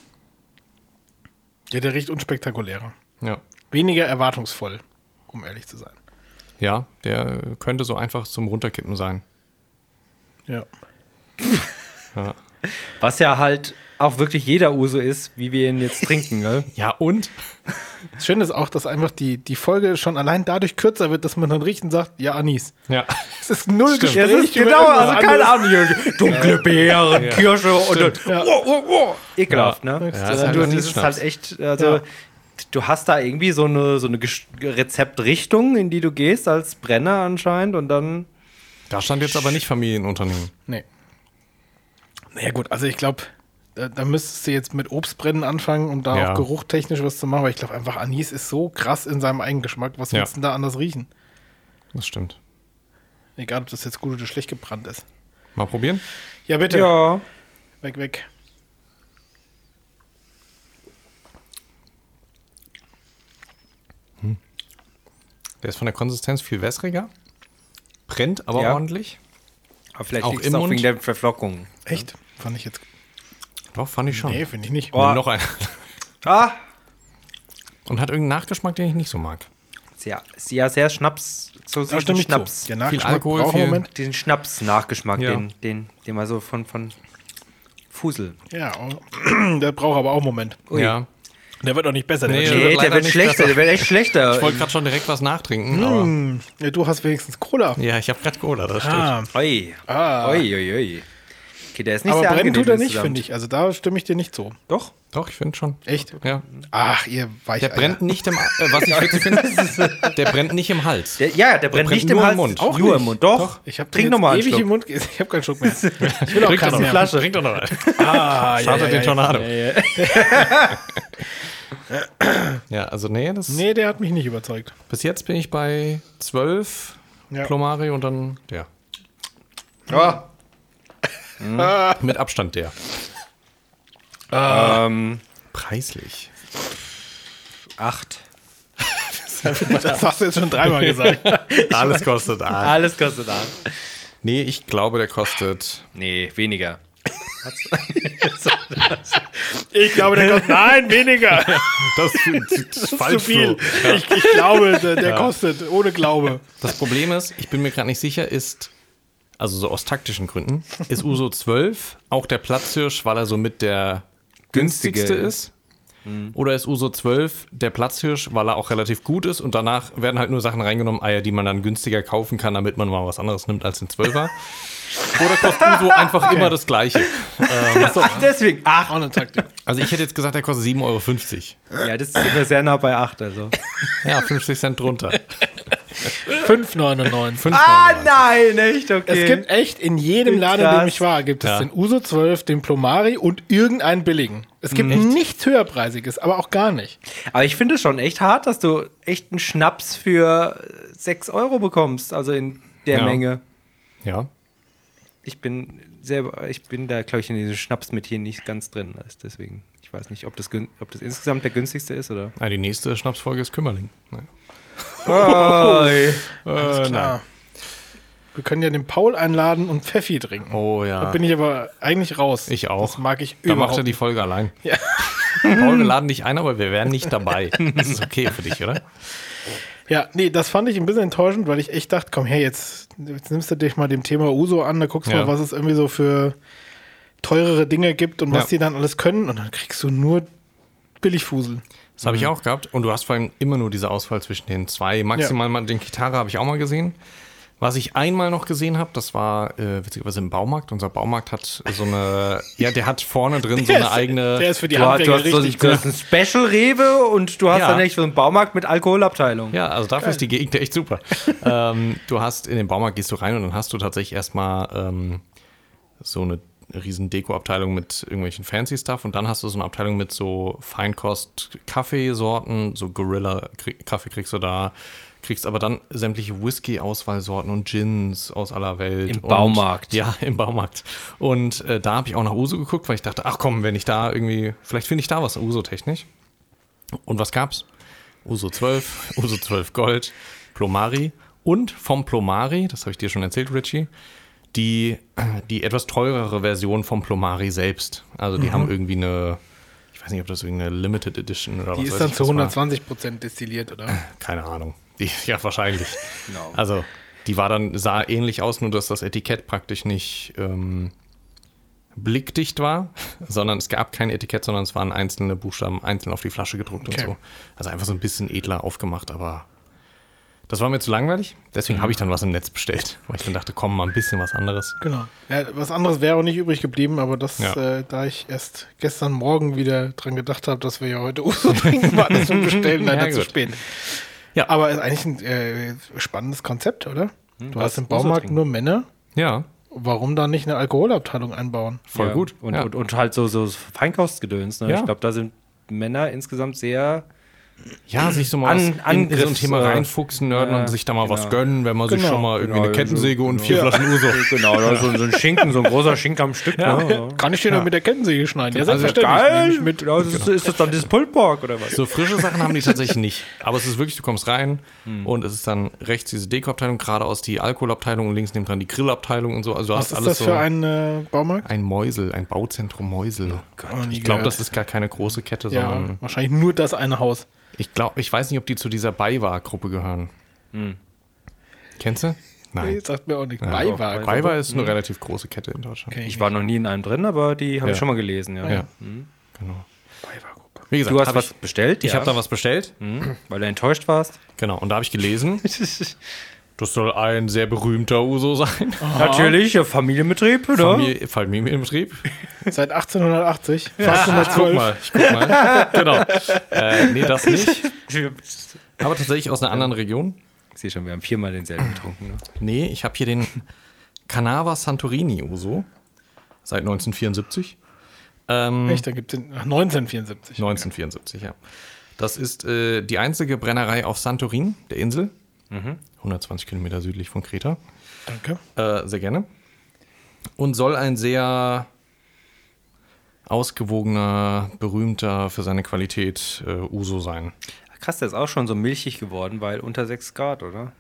[SPEAKER 3] Ja, der riecht unspektakulärer.
[SPEAKER 1] Ja.
[SPEAKER 3] Weniger erwartungsvoll, um ehrlich zu sein.
[SPEAKER 1] Ja, der äh, könnte so einfach zum Runterkippen sein.
[SPEAKER 3] Ja.
[SPEAKER 1] Ja,
[SPEAKER 2] Was ja halt auch wirklich jeder Uso ist, wie wir ihn jetzt trinken, ne? gell?
[SPEAKER 1] ja und?
[SPEAKER 3] Das Schöne ist auch, dass einfach die, die Folge schon allein dadurch kürzer wird, dass man dann riecht und sagt, ja, Anis.
[SPEAKER 1] Ja.
[SPEAKER 3] Es ist null
[SPEAKER 1] Stimmt.
[SPEAKER 3] Gespräch. über
[SPEAKER 2] genau,
[SPEAKER 3] irgendwas anderes.
[SPEAKER 2] also Ahnung. Jürgen. Dunkle Beeren, Kirsche und, und
[SPEAKER 3] Ja.
[SPEAKER 2] oh, oh, oh. ekelhaft,
[SPEAKER 1] Ja.
[SPEAKER 2] ne?
[SPEAKER 1] Ja,
[SPEAKER 2] Also
[SPEAKER 1] ist halt
[SPEAKER 2] du,
[SPEAKER 1] ein
[SPEAKER 2] das ist
[SPEAKER 1] Schnaps.
[SPEAKER 2] halt echt, also
[SPEAKER 3] Ja.
[SPEAKER 2] du hast da irgendwie so eine, so eine Gesch- Rezeptrichtung, in die du gehst als Brenner anscheinend und dann
[SPEAKER 1] Da stand jetzt aber nicht Familienunternehmen.
[SPEAKER 3] Nee. Naja, gut, also ich glaube, da, da müsstest du jetzt mit Obstbrennen anfangen, um da
[SPEAKER 1] Ja.
[SPEAKER 3] auch geruchtechnisch was zu machen, weil ich glaube einfach, Anis ist so krass in seinem eigenen Geschmack. Was
[SPEAKER 1] Ja.
[SPEAKER 3] willst du denn da anders riechen?
[SPEAKER 1] Das stimmt.
[SPEAKER 3] Egal, ob das jetzt gut oder schlecht gebrannt ist.
[SPEAKER 1] Mal probieren?
[SPEAKER 3] Ja, bitte.
[SPEAKER 2] ja,
[SPEAKER 3] Weg, weg.
[SPEAKER 1] Der ist von der Konsistenz viel wässriger. Brennt aber
[SPEAKER 2] Ja.
[SPEAKER 1] ordentlich.
[SPEAKER 2] aber vielleicht
[SPEAKER 1] Auch
[SPEAKER 2] liegt's
[SPEAKER 1] im
[SPEAKER 2] auch
[SPEAKER 1] Mund?
[SPEAKER 2] wegen der Verflockung.
[SPEAKER 3] Echt? Fand ich jetzt.
[SPEAKER 1] Doch, fand ich schon.
[SPEAKER 3] Nee, finde ich nicht.
[SPEAKER 2] Oh.
[SPEAKER 1] Nimm noch einen.
[SPEAKER 2] Ah!
[SPEAKER 1] Und hat irgendeinen Nachgeschmack, den ich nicht so mag.
[SPEAKER 2] Sehr, sehr, sehr Schnaps. So, so
[SPEAKER 3] Da stimme ich
[SPEAKER 2] Schnaps.
[SPEAKER 3] zu. Der Nachgeschmack
[SPEAKER 1] Alkohol,
[SPEAKER 3] braucht
[SPEAKER 1] viel-
[SPEAKER 3] einen Moment.
[SPEAKER 2] Diesen Schnaps-Nachgeschmack,
[SPEAKER 1] Ja.
[SPEAKER 2] den, den, den man so von, von Fusel.
[SPEAKER 3] Ja, oh, der braucht aber auch einen Moment.
[SPEAKER 2] Ui.
[SPEAKER 1] Ja.
[SPEAKER 3] Der wird auch nicht besser. Der
[SPEAKER 1] Nee,
[SPEAKER 3] wird
[SPEAKER 1] der wird
[SPEAKER 2] Nee, der
[SPEAKER 1] leider
[SPEAKER 2] wird
[SPEAKER 1] nicht
[SPEAKER 2] schlechter,
[SPEAKER 1] besser.
[SPEAKER 2] der wird echt schlechter.
[SPEAKER 1] Ich wollte gerade schon direkt was nachtrinken, aber.
[SPEAKER 3] schlimm. Hm, ja, du hast wenigstens Cola.
[SPEAKER 1] Ja, ich habe gerade Cola, das stimmt.
[SPEAKER 3] Ah,
[SPEAKER 2] Ui.
[SPEAKER 3] Ah.
[SPEAKER 2] Ui, ui, ui. Okay, der ist nicht
[SPEAKER 3] aber
[SPEAKER 2] sehr
[SPEAKER 3] brennen
[SPEAKER 2] angenehm
[SPEAKER 3] tut er nicht,
[SPEAKER 2] insgesamt.
[SPEAKER 3] finde ich. Also da stimme ich dir nicht zu.
[SPEAKER 2] Doch.
[SPEAKER 1] Doch, ich finde schon.
[SPEAKER 3] Echt?
[SPEAKER 1] Ja.
[SPEAKER 3] Ach, ihr weich.
[SPEAKER 1] Der brennt nicht im äh, was ich witzig finde, der brennt nicht im Hals.
[SPEAKER 2] Der, ja, der brennt
[SPEAKER 1] brennt
[SPEAKER 2] nicht im
[SPEAKER 1] nur im
[SPEAKER 2] Hals.
[SPEAKER 1] Mund.
[SPEAKER 2] Auch
[SPEAKER 1] Auch
[SPEAKER 2] nur
[SPEAKER 1] nicht.
[SPEAKER 2] im Mund. Doch.
[SPEAKER 3] Ich habe
[SPEAKER 2] Trink nochmal einen
[SPEAKER 3] ewig im
[SPEAKER 2] Schluck.
[SPEAKER 3] Mund. ge- Ich habe keinen Schluck mehr. Ich will auch keinen mehr.
[SPEAKER 1] Flasche. Trink doch noch einen.
[SPEAKER 3] Ah,
[SPEAKER 1] Startet den Tornado.
[SPEAKER 3] Ja, ja.
[SPEAKER 1] Ja, also nee, das
[SPEAKER 3] Nee, der hat mich nicht überzeugt.
[SPEAKER 1] bis jetzt bin ich bei 12
[SPEAKER 3] Ja.
[SPEAKER 1] Plomari und dann der.
[SPEAKER 2] Ja.
[SPEAKER 1] Mit Abstand der.
[SPEAKER 2] Ähm,
[SPEAKER 1] Preislich.
[SPEAKER 2] acht.
[SPEAKER 3] Das hast du jetzt schon dreimal gesagt.
[SPEAKER 1] Alles kostet A.
[SPEAKER 2] Alles kostet acht.
[SPEAKER 1] Nee, ich glaube, der kostet.
[SPEAKER 2] Nee, weniger.
[SPEAKER 3] Ich glaube, der kostet. Nein, weniger.
[SPEAKER 1] Das, ist
[SPEAKER 3] Das ist zu viel. Ich, ich glaube, der, der kostet. Ohne Glaube.
[SPEAKER 1] Das Problem ist, ich bin mir gerade nicht sicher, ist, also so aus taktischen Gründen, ist Uso 12 auch der Platzhirsch, weil er somit der
[SPEAKER 2] Günstige
[SPEAKER 1] günstigste
[SPEAKER 2] ist.
[SPEAKER 1] ist? Oder ist Uso 12 der Platzhirsch, weil er auch relativ gut ist und danach werden halt nur Sachen reingenommen, Eier, die man dann günstiger kaufen kann, damit man mal was anderes nimmt als den 12er? Oder kostet Uso einfach immer das Gleiche?
[SPEAKER 2] Ach, deswegen acht.
[SPEAKER 3] Auch eine Taktik.
[SPEAKER 1] Also ich hätte jetzt gesagt, der kostet 7,50
[SPEAKER 2] Ja, das ist immer sehr nah bei acht. Also.
[SPEAKER 1] Euro. Ja, 50 Cent drunter.
[SPEAKER 3] 5,99.
[SPEAKER 1] 5
[SPEAKER 2] Ah, nein, echt, okay.
[SPEAKER 3] Es gibt echt in jedem Laden, in dem ich war, gibt es
[SPEAKER 1] Ja.
[SPEAKER 3] den Uso 12, den Plomari und irgendeinen billigen. Es gibt nichts höherpreisiges, aber auch gar nicht.
[SPEAKER 2] Aber ich finde es schon echt hart, dass du echt einen Schnaps für sechs Euro bekommst. Also in der
[SPEAKER 1] Ja.
[SPEAKER 2] Menge.
[SPEAKER 1] Ja.
[SPEAKER 2] Ich bin selber, ich bin da, glaube ich, in diesem Schnaps mit hier nicht ganz drin. Also Deswegen, ich weiß nicht, ob das, gün- ob das insgesamt der günstigste ist oder.
[SPEAKER 1] Na, Ah, die nächste Schnapsfolge ist Kümmerling. Nein.
[SPEAKER 2] Oh.
[SPEAKER 1] Äh,
[SPEAKER 3] Alles klar. Wir können ja den Paul einladen und Pfeffi trinken.
[SPEAKER 1] Oh ja.
[SPEAKER 3] Da bin ich aber eigentlich raus.
[SPEAKER 1] Ich auch.
[SPEAKER 3] Das mag ich
[SPEAKER 1] Da macht
[SPEAKER 3] überhaupt
[SPEAKER 1] er die Folge allein. Paul, wir laden dich ein, aber wir wären nicht dabei. Das ist okay für dich, oder?
[SPEAKER 3] Ja, nee, das fand ich ein bisschen enttäuschend, weil ich echt dachte, komm her, jetzt, jetzt nimmst du dich mal dem Thema Uso an, da guckst du
[SPEAKER 1] Ja.
[SPEAKER 3] mal, was es irgendwie so für teurere Dinge gibt und was
[SPEAKER 1] Ja.
[SPEAKER 3] die dann alles können und dann kriegst du nur Billigfusel.
[SPEAKER 1] Das
[SPEAKER 3] Mhm.
[SPEAKER 1] habe ich auch gehabt. Und du hast vor allem immer nur diese Auswahl zwischen den zwei. Maximal mal den Gitarre habe ich auch mal gesehen. Was ich einmal noch gesehen habe, das war äh, witzigerweise im Baumarkt. Unser Baumarkt hat so eine, ja, der hat vorne drin so
[SPEAKER 3] Der
[SPEAKER 1] eine
[SPEAKER 3] ist-
[SPEAKER 1] eigene.
[SPEAKER 3] Der ist für die
[SPEAKER 2] Du, hast- du
[SPEAKER 3] Handwerker
[SPEAKER 2] hast so
[SPEAKER 3] richtig
[SPEAKER 2] du
[SPEAKER 3] gut.
[SPEAKER 2] hast ein Special-Rewe und du hast
[SPEAKER 1] Ja.
[SPEAKER 2] dann echt so einen Baumarkt mit Alkoholabteilung.
[SPEAKER 1] Ja, also dafür ist die Gegend echt super. ähm, du hast in den Baumarkt gehst du rein und dann hast du tatsächlich erstmal ähm, so eine riesen Dekoabteilung mit irgendwelchen fancy Stuff und dann hast du so eine Abteilung mit so Feinkost Kaffeesorten, so Gorilla Krie- Kaffee kriegst du da, kriegst aber dann sämtliche Whisky Auswahlsorten und Gins aus aller Welt
[SPEAKER 2] Im
[SPEAKER 1] und,
[SPEAKER 2] Baumarkt.
[SPEAKER 1] Ja, im Baumarkt. Und äh, da habe ich auch nach Uso geguckt, weil ich dachte, ach komm, wenn ich da irgendwie vielleicht finde ich da was Uso technisch. Und was gab's? Uso 12, Uso 12 Gold, Plomari und vom Plomari, das habe ich dir schon erzählt, Richie, die, die etwas teurere Version vom Plomari selbst. Also
[SPEAKER 3] Mhm.
[SPEAKER 1] die haben irgendwie eine, ich weiß nicht, ob das irgendeine Limited Edition oder
[SPEAKER 3] Die
[SPEAKER 1] was
[SPEAKER 3] ist
[SPEAKER 1] weiß
[SPEAKER 3] dann
[SPEAKER 1] ich,
[SPEAKER 3] zu
[SPEAKER 1] was war.
[SPEAKER 3] 120 Prozent destilliert, oder?
[SPEAKER 1] Keine Ahnung. Die, ja, wahrscheinlich.
[SPEAKER 2] No.
[SPEAKER 1] Also die war dann, sah ähnlich aus, nur dass das Etikett praktisch nicht ähm, blickdicht war, sondern es gab kein Etikett, sondern es waren einzelne Buchstaben einzeln auf die Flasche gedruckt
[SPEAKER 3] Okay.
[SPEAKER 1] und so. Also einfach so ein bisschen edler aufgemacht, aber das war mir zu langweilig. Deswegen habe ich dann was im Netz bestellt, weil ich dann dachte, komm, mal ein bisschen was anderes.
[SPEAKER 3] Genau. Ja, was anderes wäre auch nicht übrig geblieben, aber das,
[SPEAKER 1] Ja.
[SPEAKER 3] äh, da ich erst gestern Morgen wieder dran gedacht habe, dass wir ja heute Uso trinken, war das zum Bestellen leider
[SPEAKER 1] Ja,
[SPEAKER 3] zu
[SPEAKER 1] gut.
[SPEAKER 3] spät.
[SPEAKER 1] Ja.
[SPEAKER 3] Aber ist eigentlich ein äh, spannendes Konzept, oder?
[SPEAKER 1] Hm,
[SPEAKER 3] Du hast im
[SPEAKER 2] Uso
[SPEAKER 3] Baumarkt
[SPEAKER 2] trinken.
[SPEAKER 3] nur Männer.
[SPEAKER 1] Ja,
[SPEAKER 3] Warum dann nicht eine Alkoholabteilung einbauen?
[SPEAKER 1] voll
[SPEAKER 2] Ja.
[SPEAKER 1] gut.
[SPEAKER 2] Und,
[SPEAKER 1] ja.
[SPEAKER 2] und, und halt so, so Feinkostgedöns. Ne?
[SPEAKER 1] Ja.
[SPEAKER 2] Ich glaube, da sind Männer insgesamt sehr
[SPEAKER 1] Ja, sich so mal
[SPEAKER 2] An-
[SPEAKER 1] aus- in, in so ein
[SPEAKER 2] Angriffs-
[SPEAKER 1] Thema
[SPEAKER 2] äh,
[SPEAKER 1] reinfuchsen, nerden
[SPEAKER 2] ja,
[SPEAKER 1] und sich da mal was
[SPEAKER 2] genau.
[SPEAKER 1] gönnen, wenn man sich
[SPEAKER 3] Genau.
[SPEAKER 1] schon mal irgendwie eine
[SPEAKER 2] Genau,
[SPEAKER 1] Kettensäge
[SPEAKER 2] so,
[SPEAKER 1] und vier Flaschen Uso.
[SPEAKER 2] Genau, da ist so, so ein Schinken, so ein großer Schinken am Stück. Ne?
[SPEAKER 3] Kann ich den nur mit der Kettensäge schneiden? Ja,
[SPEAKER 1] Oh. Also
[SPEAKER 3] selbstverständlich. Nehme ich mit.
[SPEAKER 2] Genau, das ist, ist das dann dieses Pullpork oder was?
[SPEAKER 1] So frische Sachen haben die tatsächlich nicht. Hm. Aber es ist wirklich, du kommst rein und es ist dann rechts diese Deko-Abteilung, geradeaus die Alkoholabteilung und links neben dran die Grillabteilung und so. Also du hast
[SPEAKER 3] Was ist
[SPEAKER 1] alles
[SPEAKER 3] das für
[SPEAKER 1] so
[SPEAKER 3] ein äh, Baumarkt?
[SPEAKER 1] ein Mäusel, ein Bauzentrum Mäusel.
[SPEAKER 3] Noch nie
[SPEAKER 1] Oh ich glaube,
[SPEAKER 3] Oh, gehört.
[SPEAKER 1] das ist gar keine große Kette, sondern
[SPEAKER 3] ja, wahrscheinlich nur das eine Haus.
[SPEAKER 1] ich glaube, ich weiß nicht, ob die zu dieser Beiwa-Gruppe gehören. Hm. Kennst du? Nein.
[SPEAKER 3] Nee, sagt mir auch nichts. Beiwagen.
[SPEAKER 1] Beiwa ist eine relativ große Kette in Deutschland.
[SPEAKER 3] Okay.
[SPEAKER 2] Ich war noch nie in einem drin, aber die habe
[SPEAKER 1] Ja.
[SPEAKER 2] ich schon mal gelesen. Ja.
[SPEAKER 1] Ja, genau.
[SPEAKER 3] Beiwagen.
[SPEAKER 1] Wie gesagt,
[SPEAKER 2] Du hast
[SPEAKER 1] hab
[SPEAKER 2] was
[SPEAKER 1] ich,
[SPEAKER 2] bestellt? Hm?
[SPEAKER 1] ich habe da was bestellt.
[SPEAKER 2] Weil du enttäuscht warst?
[SPEAKER 1] Genau, und da habe ich gelesen, das soll ein sehr berühmter Uso sein.
[SPEAKER 2] Natürlich, ja, Familienbetrieb, oder?
[SPEAKER 1] Familie, Familienbetrieb.
[SPEAKER 3] Seit 1880. Fast
[SPEAKER 1] Ah, Ich guck
[SPEAKER 3] 112.
[SPEAKER 1] mal, ich guck mal. genau. Äh, nee, das nicht.
[SPEAKER 2] Ich
[SPEAKER 1] Aber tatsächlich aus einer anderen Region.
[SPEAKER 2] sehe schon, wir haben viermal denselben getrunken. Ne?
[SPEAKER 1] Nee, ich habe hier den Canava Santorini Uso. Seit 1974. Ähm,
[SPEAKER 3] Echt, da gibt es 1974.
[SPEAKER 1] 1974, ja. Das ist äh, die einzige Brennerei auf Santorin, der Insel. 120 Kilometer südlich von Kreta.
[SPEAKER 3] Danke.
[SPEAKER 1] Äh, sehr gerne. Und soll ein sehr ausgewogener, berühmter für seine Qualität äh, Uso sein.
[SPEAKER 2] Krass, der ist auch schon so milchig geworden, weil unter 6 Grad, oder?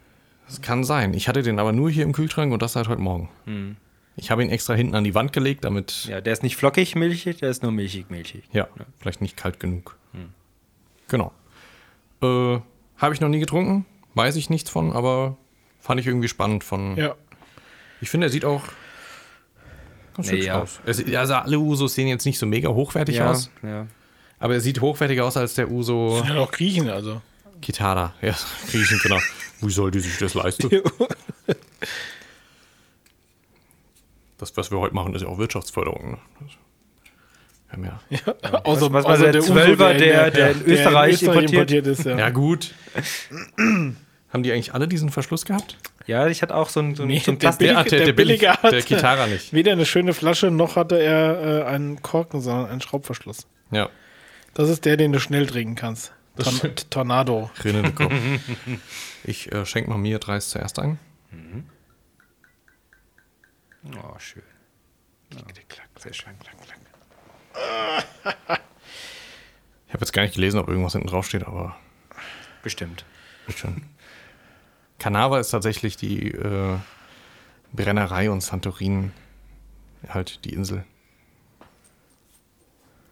[SPEAKER 1] Das kann sein. Ich hatte den aber nur hier im Kühlschrank und das seit heute Morgen. Ich habe ihn extra hinten an die Wand gelegt, damit. Ja,
[SPEAKER 2] Ja, der ist nicht flockig milchig, der ist nur milchig milchig.
[SPEAKER 1] vielleicht nicht kalt genug. Genau. Äh, habe ich noch nie getrunken, weiß ich nichts von, aber fand ich irgendwie spannend von.
[SPEAKER 3] Ja.
[SPEAKER 1] Ich finde, er sieht auch ganz
[SPEAKER 2] Nee,
[SPEAKER 1] hübsch
[SPEAKER 2] ja.
[SPEAKER 1] aus. Es, also alle Usos sehen jetzt nicht so mega hochwertig
[SPEAKER 2] ja,
[SPEAKER 1] aus,
[SPEAKER 2] ja.
[SPEAKER 1] aber er sieht hochwertiger aus als der Uso
[SPEAKER 3] Das sind ja auch Griechen, also.
[SPEAKER 1] Kitara. Ja, Griechen, genau. Wie soll die sich das leisten? Das, was wir heute machen, ist ja auch Wirtschaftsförderung. Ne? Das- Wir haben ja
[SPEAKER 3] Außer,
[SPEAKER 2] was war der
[SPEAKER 3] Uso,
[SPEAKER 2] Zwölfer,
[SPEAKER 3] in
[SPEAKER 2] der- der in Österreich importiert
[SPEAKER 3] ist, ja.
[SPEAKER 1] Ja, gut. Haben die eigentlich alle diesen Verschluss gehabt?
[SPEAKER 2] ja, ich hatte auch so ein, so ein, so ein
[SPEAKER 3] der
[SPEAKER 2] Plastik.
[SPEAKER 3] Billig-
[SPEAKER 1] ah,
[SPEAKER 3] der billige hat-
[SPEAKER 1] Der Kitara nicht.
[SPEAKER 3] Weder eine schöne Flasche, noch hatte er äh, einen Korken, sondern einen Schraubverschluss.
[SPEAKER 1] Ja,
[SPEAKER 3] Das ist der, den du schnell trinken kannst. Torn Tornado.
[SPEAKER 1] Rinnen gekommen. Ich äh, schenke mal mir dreist zuerst ein.
[SPEAKER 2] Oh, schön. Sehr schön.
[SPEAKER 1] Ich habe jetzt gar nicht gelesen, ob irgendwas hinten draufsteht, aber
[SPEAKER 2] Bestimmt.
[SPEAKER 1] wird schon. Canava ist tatsächlich die äh, Brennerei und Santorin halt die Insel.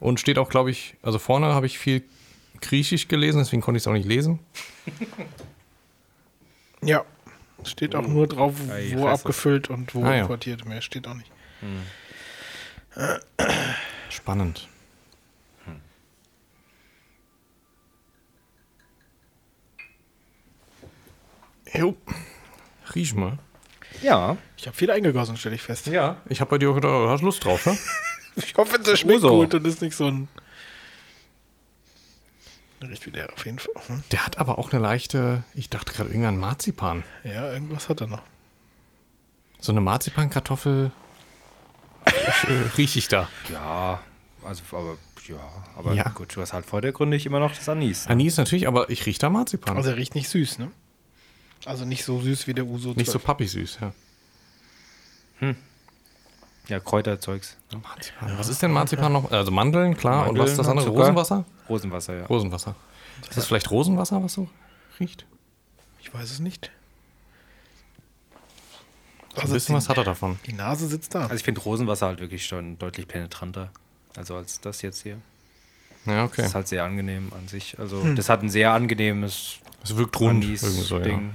[SPEAKER 1] Und steht auch, glaube ich, also vorne habe ich viel Griechisch gelesen, deswegen konnte ich es auch nicht lesen.
[SPEAKER 3] Ja. Steht auch nur drauf,
[SPEAKER 2] Ei,
[SPEAKER 3] wo
[SPEAKER 2] Fresse.
[SPEAKER 3] abgefüllt und wo
[SPEAKER 1] Ah, ja.
[SPEAKER 3] importiert. Mehr steht auch nicht.
[SPEAKER 1] Spannend. Hm. Jo. Riech mal.
[SPEAKER 2] Ja,
[SPEAKER 3] Ich habe viel eingegossen, stelle ich fest.
[SPEAKER 2] ja.
[SPEAKER 1] Ich habe bei dir auch gedacht, du hast Lust drauf, ne?
[SPEAKER 3] Ich hoffe, es schmeckt
[SPEAKER 2] Uso.
[SPEAKER 3] gut und ist nicht so ein. Riecht wie der auf jeden Fall. Hm.
[SPEAKER 1] Der hat aber auch eine leichte, ich dachte gerade irgendein Marzipan.
[SPEAKER 3] Ja, irgendwas hat er noch.
[SPEAKER 1] So eine Marzipankartoffel äh, riech ich da.
[SPEAKER 2] Ja, also, aber, ja, aber
[SPEAKER 1] Ja.
[SPEAKER 2] gut, du hast halt vordergründig immer noch das Anis.
[SPEAKER 1] Anis natürlich, aber ich riech da Marzipan.
[SPEAKER 3] Also er riecht nicht süß, ne? Also nicht so süß wie der Uso.
[SPEAKER 1] Nicht so
[SPEAKER 3] 12.
[SPEAKER 1] pappig süß, ja.
[SPEAKER 2] Ja, Kräuterzeugs.
[SPEAKER 1] Marzipan. Was ist denn Marzipan noch? Also Mandeln, klar. Und was ist das
[SPEAKER 2] Mandeln,
[SPEAKER 1] andere?
[SPEAKER 2] Zucker.
[SPEAKER 1] Rosenwasser?
[SPEAKER 2] Rosenwasser, ja.
[SPEAKER 1] Rosenwasser. Ist das vielleicht Rosenwasser, was so riecht?
[SPEAKER 3] Ich weiß es nicht. Also
[SPEAKER 1] So ein bisschen was hat er davon.
[SPEAKER 3] Die Nase sitzt da.
[SPEAKER 2] Also ich finde Rosenwasser halt wirklich schon deutlich penetranter. Also als das jetzt hier.
[SPEAKER 1] Ja,
[SPEAKER 2] Das
[SPEAKER 1] okay.
[SPEAKER 2] ist halt sehr angenehm an sich. Also das hat ein sehr angenehmes
[SPEAKER 1] Es wirkt rund.
[SPEAKER 2] Anis
[SPEAKER 1] Hm. irgendwie so, ja.
[SPEAKER 2] Ding.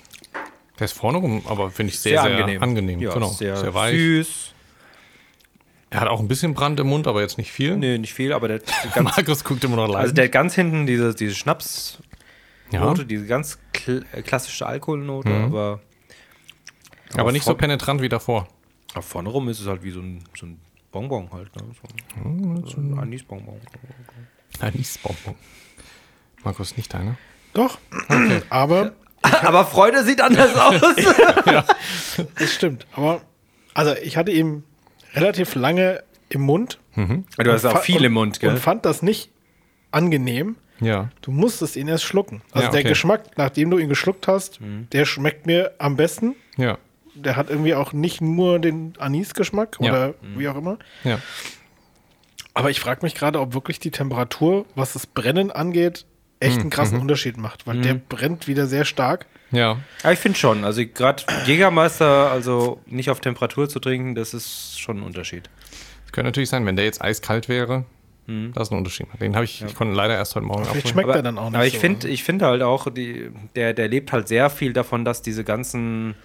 [SPEAKER 1] Der ist vorne rum, aber finde ich sehr, sehr, angenehm.
[SPEAKER 2] Ja,
[SPEAKER 1] genau.
[SPEAKER 2] sehr,
[SPEAKER 1] Sehr, weich.
[SPEAKER 2] süß.
[SPEAKER 1] Er hat auch ein bisschen Brand im Mund, aber jetzt nicht viel.
[SPEAKER 2] Nee, nicht viel, aber der, der ganz,
[SPEAKER 1] Markus guckt immer noch leise.
[SPEAKER 2] also der hat ganz hinten diese, diese Schnaps-Note,
[SPEAKER 1] ja. Mhm.
[SPEAKER 2] diese ganz kl äh, klassische Alkoholnote, aber
[SPEAKER 1] Aber, nicht so penetrant wie davor.
[SPEAKER 2] aber vorne rum ist es halt wie so ein, so ein Bonbon halt. Ne? So, so ein Anisbonbon.
[SPEAKER 1] Anisbonbon. Markus, nicht deine?
[SPEAKER 3] Doch. Aber
[SPEAKER 2] aber Freude sieht anders aus.
[SPEAKER 3] das stimmt. Aber also ich hatte eben relativ lange im Mund.
[SPEAKER 2] du hast
[SPEAKER 3] Fa-
[SPEAKER 2] auch viel im Mund,
[SPEAKER 3] Und
[SPEAKER 2] gell?
[SPEAKER 3] fand das nicht angenehm.
[SPEAKER 1] Ja.
[SPEAKER 3] Du musstest ihn erst schlucken. Also
[SPEAKER 1] Ja, okay. Mhm.
[SPEAKER 3] der Geschmack, nachdem du ihn geschluckt hast, der schmeckt mir am besten.
[SPEAKER 1] Ja.
[SPEAKER 3] Der hat irgendwie auch nicht nur den Anisgeschmack
[SPEAKER 1] Ja. Mhm.
[SPEAKER 3] oder wie auch immer.
[SPEAKER 1] Ja.
[SPEAKER 3] Aber ich frage mich gerade, ob wirklich die Temperatur, was das Brennen angeht, echt
[SPEAKER 2] Mhm,
[SPEAKER 3] einen krassen Unterschied macht, weil der brennt wieder sehr stark.
[SPEAKER 1] Ja.
[SPEAKER 2] Ja, ich finde schon. Also gerade Jägermeister, also nicht auf Temperatur zu trinken, das ist schon ein Unterschied.
[SPEAKER 1] Das könnte natürlich sein, wenn der jetzt eiskalt wäre, das ist ein Unterschied. Den habe ich, ich konnte leider erst heute Morgen
[SPEAKER 3] Vielleicht
[SPEAKER 1] abholen.
[SPEAKER 3] schmeckt er dann auch nicht.
[SPEAKER 2] aber ich
[SPEAKER 3] so,
[SPEAKER 2] finde ich find halt auch, die, der, der lebt halt sehr viel davon, dass diese ganzen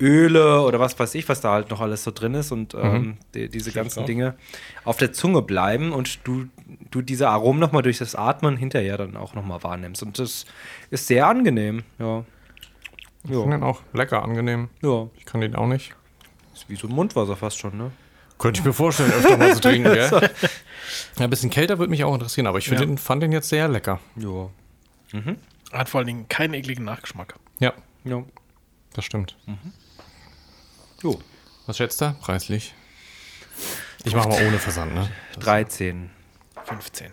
[SPEAKER 2] Öle oder was weiß ich, was da halt noch alles so drin ist und
[SPEAKER 3] Mhm.
[SPEAKER 2] ähm, die, diese ganzen
[SPEAKER 1] auch.
[SPEAKER 2] Dinge auf der Zunge bleiben und du, du diese Aromen nochmal durch das Atmen hinterher dann auch nochmal wahrnimmst. Und das ist sehr angenehm, ja.
[SPEAKER 1] Ich finde
[SPEAKER 2] Ja,
[SPEAKER 1] den auch lecker, angenehm.
[SPEAKER 2] ja.
[SPEAKER 1] Ich kann den auch nicht.
[SPEAKER 2] ist wie so ein Mundwasser fast schon, ne?
[SPEAKER 1] Könnte ich mir vorstellen, öfter mal zu trinken, gell? Ja, ein bisschen kälter würde mich auch interessieren, aber ich find
[SPEAKER 3] Ja.
[SPEAKER 1] den, fand den jetzt sehr lecker.
[SPEAKER 2] Ja.
[SPEAKER 3] ne? Hat vor allen Dingen keinen ekligen Nachgeschmack.
[SPEAKER 1] Ja,
[SPEAKER 2] Ja.
[SPEAKER 1] das stimmt.
[SPEAKER 2] Jo.
[SPEAKER 1] Was schätzt er? Preislich. Ich mache mal ohne Versand, ne?
[SPEAKER 2] 13.
[SPEAKER 3] 15.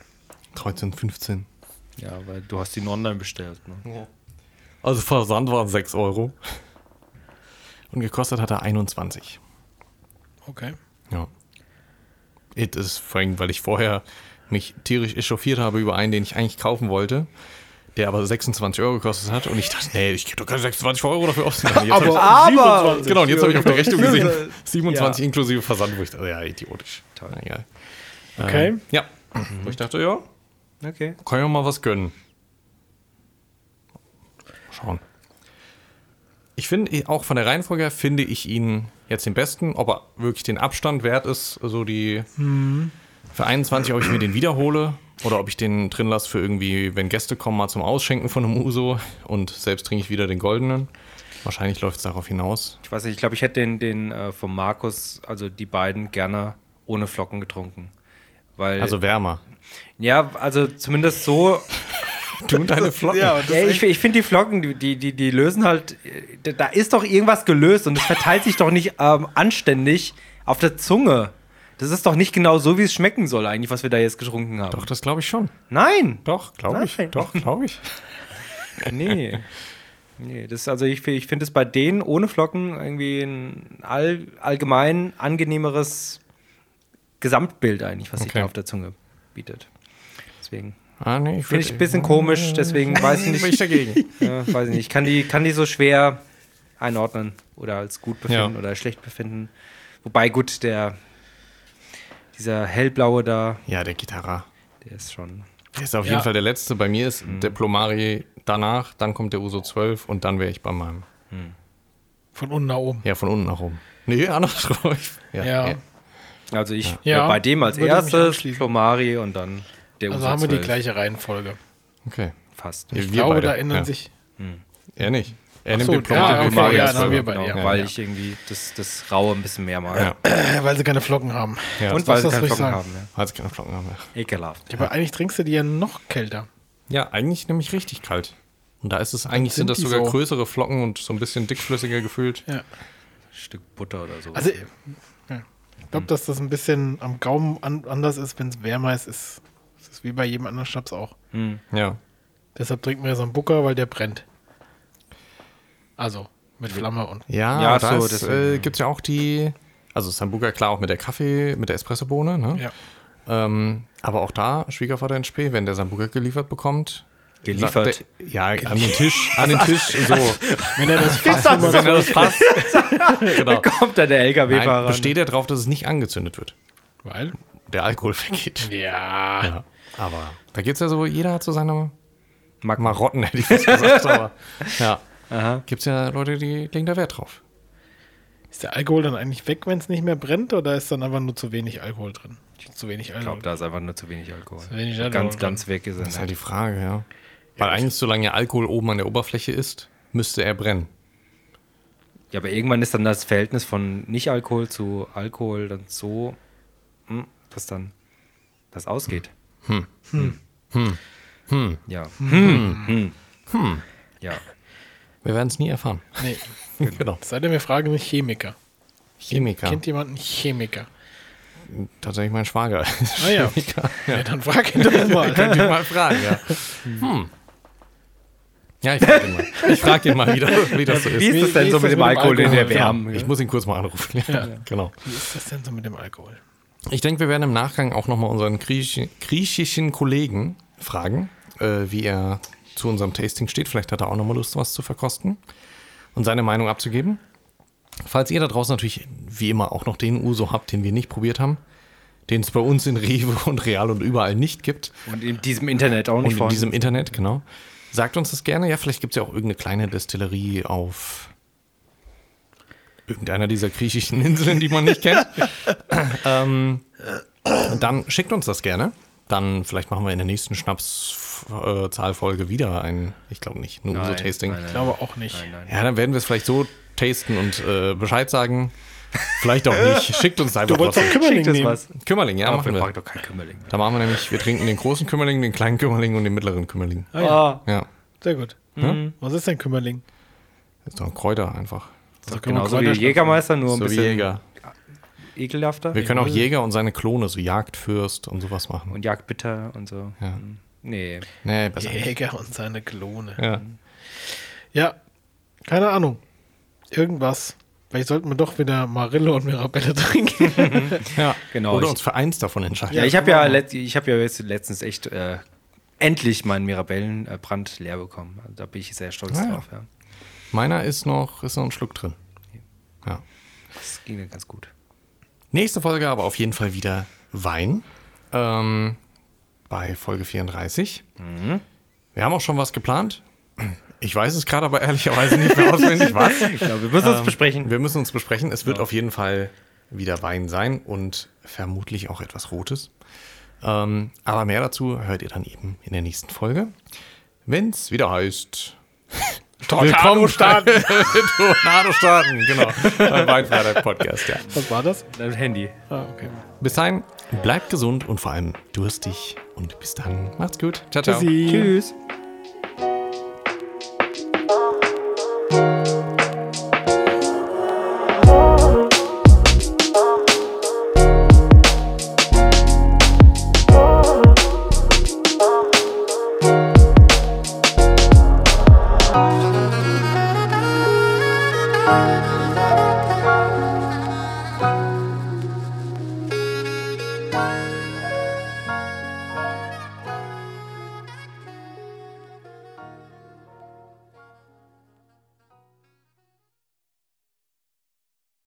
[SPEAKER 1] 13, 15.
[SPEAKER 2] Ja, weil du hast ihn online bestellt. Ne?
[SPEAKER 1] Also Versand waren 6 Euro. Und gekostet hat er 21.
[SPEAKER 2] Ähm.
[SPEAKER 3] Okay.
[SPEAKER 1] Ja. It ist vor allem, weil ich vorher mich tierisch echauffiert habe über einen, den ich eigentlich kaufen wollte, der aber 26 Euro gekostet hat. Und ich dachte, nee, ich gebe doch keine 26 Euro dafür aus. Jetzt hab ich,
[SPEAKER 2] Aber-
[SPEAKER 1] genau, und jetzt habe ich auf der Rechnung gesehen, 27
[SPEAKER 2] Ja.
[SPEAKER 1] inklusive Versand, wo ich dachte, ja, idiotisch. Na, egal.
[SPEAKER 3] Okay.
[SPEAKER 1] Ähm, ja. Wo ich dachte, ja,
[SPEAKER 2] Okay.
[SPEAKER 1] kann ja mal was gönnen. Schauen. Ich finde, auch von der Reihenfolge her finde ich ihn jetzt den besten. Ob er wirklich den Abstand wert ist, so die für 21, ob ich mir den wiederhole oder ob ich den drin lasse für irgendwie, wenn Gäste kommen, mal zum Ausschenken von einem Uso und selbst trinke ich wieder den goldenen. Wahrscheinlich läuft es darauf hinaus.
[SPEAKER 2] Ich weiß nicht, ich glaube, ich hätte den, den äh, von Markus, also die beiden, gerne ohne Flocken getrunken. Weil,
[SPEAKER 1] Also wärmer.
[SPEAKER 2] ja, also zumindest so.
[SPEAKER 1] Du und deine Flocken.
[SPEAKER 2] Ja, ich ich finde die Flocken, die- die, die, die lösen halt. äh, da- Da ist doch irgendwas gelöst und es verteilt sich doch nicht ähm, anständig auf der Zunge. Das ist doch nicht genau so, wie es schmecken soll, eigentlich, was wir da jetzt getrunken haben.
[SPEAKER 1] Doch, das glaube ich schon.
[SPEAKER 2] Nein!
[SPEAKER 1] Doch, glaube ich.
[SPEAKER 2] Nein.
[SPEAKER 1] Doch, glaube ich.
[SPEAKER 2] Nee. Nee, das ist also ich, fi- ich finde es bei denen ohne Flocken irgendwie ein all, allgemein angenehmeres Gesamtbild eigentlich, was sich
[SPEAKER 1] Okay.
[SPEAKER 2] da auf der Zunge bietet. Deswegen
[SPEAKER 1] Ah, nee, ich
[SPEAKER 2] finde ich ein bisschen komisch, deswegen weiß ich
[SPEAKER 1] Bin ich
[SPEAKER 2] nicht,
[SPEAKER 1] dagegen.
[SPEAKER 2] ja, weiß ich nicht. Ich kann die, kann die so schwer einordnen oder als gut befinden
[SPEAKER 1] Ja.
[SPEAKER 2] oder als schlecht befinden. Wobei gut, der dieser hellblaue da,
[SPEAKER 1] Ja, der Gitarre.
[SPEAKER 2] der ist schon.
[SPEAKER 1] Der ist auf
[SPEAKER 3] Ja.
[SPEAKER 1] jeden Fall der letzte. Bei mir ist der Plomari danach, dann kommt der Uso 12 und dann wäre ich bei meinem.
[SPEAKER 3] Von unten nach oben.
[SPEAKER 1] Ja, von unten nach oben. Nee, andersrum. Ja.
[SPEAKER 3] Ja.
[SPEAKER 1] ja.
[SPEAKER 2] Also ich
[SPEAKER 3] Ja.
[SPEAKER 2] bei dem als
[SPEAKER 3] Würde ich mich
[SPEAKER 2] erstes
[SPEAKER 3] anschließen.
[SPEAKER 2] Flomari und dann der
[SPEAKER 3] Also haben wir die
[SPEAKER 2] USO12.
[SPEAKER 3] gleiche Reihenfolge.
[SPEAKER 1] Okay.
[SPEAKER 2] Fast.
[SPEAKER 1] Ich
[SPEAKER 3] Ich glaube, da ändern sich.
[SPEAKER 1] Er nicht. Er nimmt
[SPEAKER 3] so,
[SPEAKER 1] den Plomari.
[SPEAKER 3] ja, okay,
[SPEAKER 1] Plomari
[SPEAKER 3] ja,
[SPEAKER 1] ist
[SPEAKER 3] dann haben wir
[SPEAKER 1] voll.
[SPEAKER 3] beide,
[SPEAKER 2] Genau,
[SPEAKER 3] ja.
[SPEAKER 2] weil ich irgendwie das, das Raue ein bisschen mehr mag.
[SPEAKER 1] Ja.
[SPEAKER 3] Äh, weil sie keine Flocken haben.
[SPEAKER 1] Ja.
[SPEAKER 2] Und
[SPEAKER 1] Und
[SPEAKER 3] was
[SPEAKER 2] weil sie keine
[SPEAKER 3] das soll ich
[SPEAKER 2] Flocken
[SPEAKER 3] sagen?
[SPEAKER 2] haben. Ja.
[SPEAKER 1] Hat keine Flocken mehr.
[SPEAKER 2] Ekelhaft.
[SPEAKER 3] Ja, aber eigentlich trinkst du die ja noch kälter.
[SPEAKER 1] Ja, eigentlich nämlich richtig kalt. Und da ist es eigentlich, sind
[SPEAKER 3] sind
[SPEAKER 1] das
[SPEAKER 3] die
[SPEAKER 1] sogar
[SPEAKER 3] so.
[SPEAKER 1] größere Flocken und so ein bisschen dickflüssiger gefühlt.
[SPEAKER 3] Ja.
[SPEAKER 2] Stück Butter oder so.
[SPEAKER 3] Also, ja. ich
[SPEAKER 2] Hm.
[SPEAKER 3] glaube, dass das ein bisschen am Gaumen an, anders ist, wenn es wärmer ist. ist. Das ist wie bei jedem anderen Schnaps auch.
[SPEAKER 1] Ja.
[SPEAKER 3] Deshalb trinken wir ja so einen Bucker, weil der brennt. Also, mit Flamme und.
[SPEAKER 1] Ja,
[SPEAKER 2] Ja,
[SPEAKER 1] ja da
[SPEAKER 2] so,
[SPEAKER 1] ist, äh,
[SPEAKER 2] deswegen.
[SPEAKER 1] gibt es ja auch die, also Sambuca klar auch mit der Kaffee, mit der Espressobohne, ne?
[SPEAKER 3] Ja.
[SPEAKER 1] Ähm, aber auch da, Schwiegervater in Spee, wenn der Sambuca geliefert bekommt,
[SPEAKER 2] Geliefert.
[SPEAKER 1] sagt der- ja, an den Tisch, an den Tisch, so.
[SPEAKER 3] Wenn er das Fass immer
[SPEAKER 1] Wenn er das passt. genau.
[SPEAKER 2] kommt da der
[SPEAKER 1] Nein,
[SPEAKER 2] LKW-Fahrer.
[SPEAKER 1] besteht er darauf, dass es nicht angezündet wird,
[SPEAKER 3] Weil?
[SPEAKER 1] der Alkohol vergeht.
[SPEAKER 3] Ja.
[SPEAKER 1] Ja. Aber da geht es ja so, jeder hat so seine
[SPEAKER 2] Mag
[SPEAKER 1] Marotten, hätte ich fast gesagt, aber ja.
[SPEAKER 2] Aha.
[SPEAKER 1] Gibt es ja Leute, die legen da Wert drauf.
[SPEAKER 3] Ist der Alkohol dann eigentlich weg, wenn es nicht mehr brennt? Oder ist dann einfach nur zu wenig Alkohol drin? Zu wenig
[SPEAKER 2] Ich
[SPEAKER 3] Alkohol.
[SPEAKER 2] glaube, da ist einfach nur zu wenig Alkohol.
[SPEAKER 3] wenig Alkohol
[SPEAKER 2] ganz,
[SPEAKER 3] drin.
[SPEAKER 2] ganz weg ist
[SPEAKER 1] Das ist
[SPEAKER 2] er.
[SPEAKER 1] halt
[SPEAKER 2] nicht.
[SPEAKER 1] die Frage, ja. Weil eigentlich, solange ja Alkohol oben an der Oberfläche ist, müsste er brennen.
[SPEAKER 2] Ja, aber irgendwann ist dann das Verhältnis von Nicht-Alkohol zu Alkohol dann so, hm, dass dann das ausgeht. Hm. Hm. Ja. Hm. Hm. Ja.
[SPEAKER 1] Wir werden es nie erfahren.
[SPEAKER 3] Nee.
[SPEAKER 1] genau.
[SPEAKER 3] Seid ihr mir fragen, mich Chemiker.
[SPEAKER 1] Chemiker.
[SPEAKER 3] Kennt jemand einen Chemiker?
[SPEAKER 1] Tatsächlich mein Schwager.
[SPEAKER 3] Ah ja. ja. dann frag ihn doch mal.
[SPEAKER 1] Könnt ihr mal fragen, ja. Hm. Ja, ich frage ihn mal. Ich frage ihn mal, wie das, wie das so
[SPEAKER 2] Wie
[SPEAKER 1] ist.
[SPEAKER 2] ist es denn so mit dem Alkohol, den wir haben?
[SPEAKER 1] Ich muss ihn kurz mal anrufen. Ja, Genau.
[SPEAKER 3] Wie ist das denn so mit dem Alkohol?
[SPEAKER 1] Ich denke, wir werden im Nachgang auch nochmal unseren griechi- griechischen Kollegen fragen, äh, wie er zu unserem Tasting steht. Vielleicht hat er auch nochmal Lust, was zu verkosten und seine Meinung abzugeben. Falls ihr da draußen natürlich wie immer auch noch den Uso habt, den wir nicht probiert haben, den es bei uns in Rewe und Real und überall nicht gibt,
[SPEAKER 2] Und in diesem Internet auch nicht
[SPEAKER 1] und in
[SPEAKER 2] vorhanden.
[SPEAKER 1] diesem Internet, genau. Sagt uns das gerne. Ja, vielleicht gibt es ja auch irgendeine kleine Destillerie auf irgendeiner dieser griechischen Inseln, die man nicht kennt. ähm, dann schickt uns das gerne. Dann vielleicht machen wir in der nächsten Schnaps-Zahlfolge wieder ein, ich glaube nicht, nur unser Tasting.
[SPEAKER 3] Ich glaube auch nicht.
[SPEAKER 1] Ja, dann werden wir es vielleicht so tasten und äh, Bescheid sagen. Vielleicht auch nicht. Schickt uns einfach
[SPEAKER 3] Du wolltest
[SPEAKER 1] trotzdem.
[SPEAKER 3] doch Kümmerling
[SPEAKER 2] Schickt uns
[SPEAKER 3] nehmen.
[SPEAKER 2] was.
[SPEAKER 1] Kümmerling, ja,
[SPEAKER 2] Aber wir
[SPEAKER 1] machen wir.
[SPEAKER 2] brauchen doch kein Kümmerling.
[SPEAKER 1] Da machen wir nämlich, wir trinken den großen Kümmerling, den kleinen Kümmerling und den mittleren Kümmerling.
[SPEAKER 3] Ah, ja.
[SPEAKER 2] Ah,
[SPEAKER 1] Ja.
[SPEAKER 3] Sehr gut.
[SPEAKER 1] Mhm.
[SPEAKER 3] Was ist denn Kümmerling?
[SPEAKER 1] Ist doch ein Kräuter einfach.
[SPEAKER 3] Das ist
[SPEAKER 2] genauso genau, wie Jägermeister, nur ein
[SPEAKER 1] so wie
[SPEAKER 2] bisschen
[SPEAKER 1] Jäger.
[SPEAKER 2] ekelhafter.
[SPEAKER 1] Wir können auch Jäger und seine Klone, so Jagdfürst und sowas machen.
[SPEAKER 2] Und Jagdbitter und so.
[SPEAKER 1] Ja.
[SPEAKER 2] Hm. Nee.
[SPEAKER 1] Nee, besser nicht.
[SPEAKER 3] Also Jäger und seine Klone.
[SPEAKER 1] Ja.
[SPEAKER 3] Ja, keine Ahnung. Irgendwas. Vielleicht sollten wir doch wieder Marillo und Mirabelle trinken.
[SPEAKER 1] ja.
[SPEAKER 2] Genau,
[SPEAKER 1] Oder
[SPEAKER 2] ich-
[SPEAKER 1] uns für eins davon entscheiden.
[SPEAKER 2] Ja, ich habe ja, let, ich hab ja jetzt letztens echt äh, endlich meinen Mirabellenbrand leer bekommen. Also da bin ich sehr stolz
[SPEAKER 1] Ah ja.
[SPEAKER 2] drauf. Ja.
[SPEAKER 1] Meiner ist noch, ist noch ein Schluck drin. Ja.
[SPEAKER 2] Das ging ja ganz gut.
[SPEAKER 1] Nächste Folge aber auf jeden Fall wieder Wein. Ähm, bei Folge 34.
[SPEAKER 2] Mhm.
[SPEAKER 1] Wir haben auch schon was geplant. Ich weiß es gerade aber ehrlicherweise nicht mehr auswendig, was.
[SPEAKER 2] Genau, wir müssen uns besprechen.
[SPEAKER 1] Wir müssen uns besprechen. Es wird auf jeden Fall wieder Wein sein und vermutlich auch etwas Rotes. Ähm, aber mehr dazu hört ihr dann eben in der nächsten Folge. Wenn es wieder heißt. Willkommen starten. Tornado starten, genau. Beim Weinfreitag Podcast, ja.
[SPEAKER 3] Was war das?
[SPEAKER 2] Dein Handy.
[SPEAKER 3] Ah, okay.
[SPEAKER 1] Bis dahin, bleibt gesund und vor allem durstig. Und bis dann, macht's gut. Ciao, ciao.
[SPEAKER 3] Tschüssi.
[SPEAKER 2] Tschüss.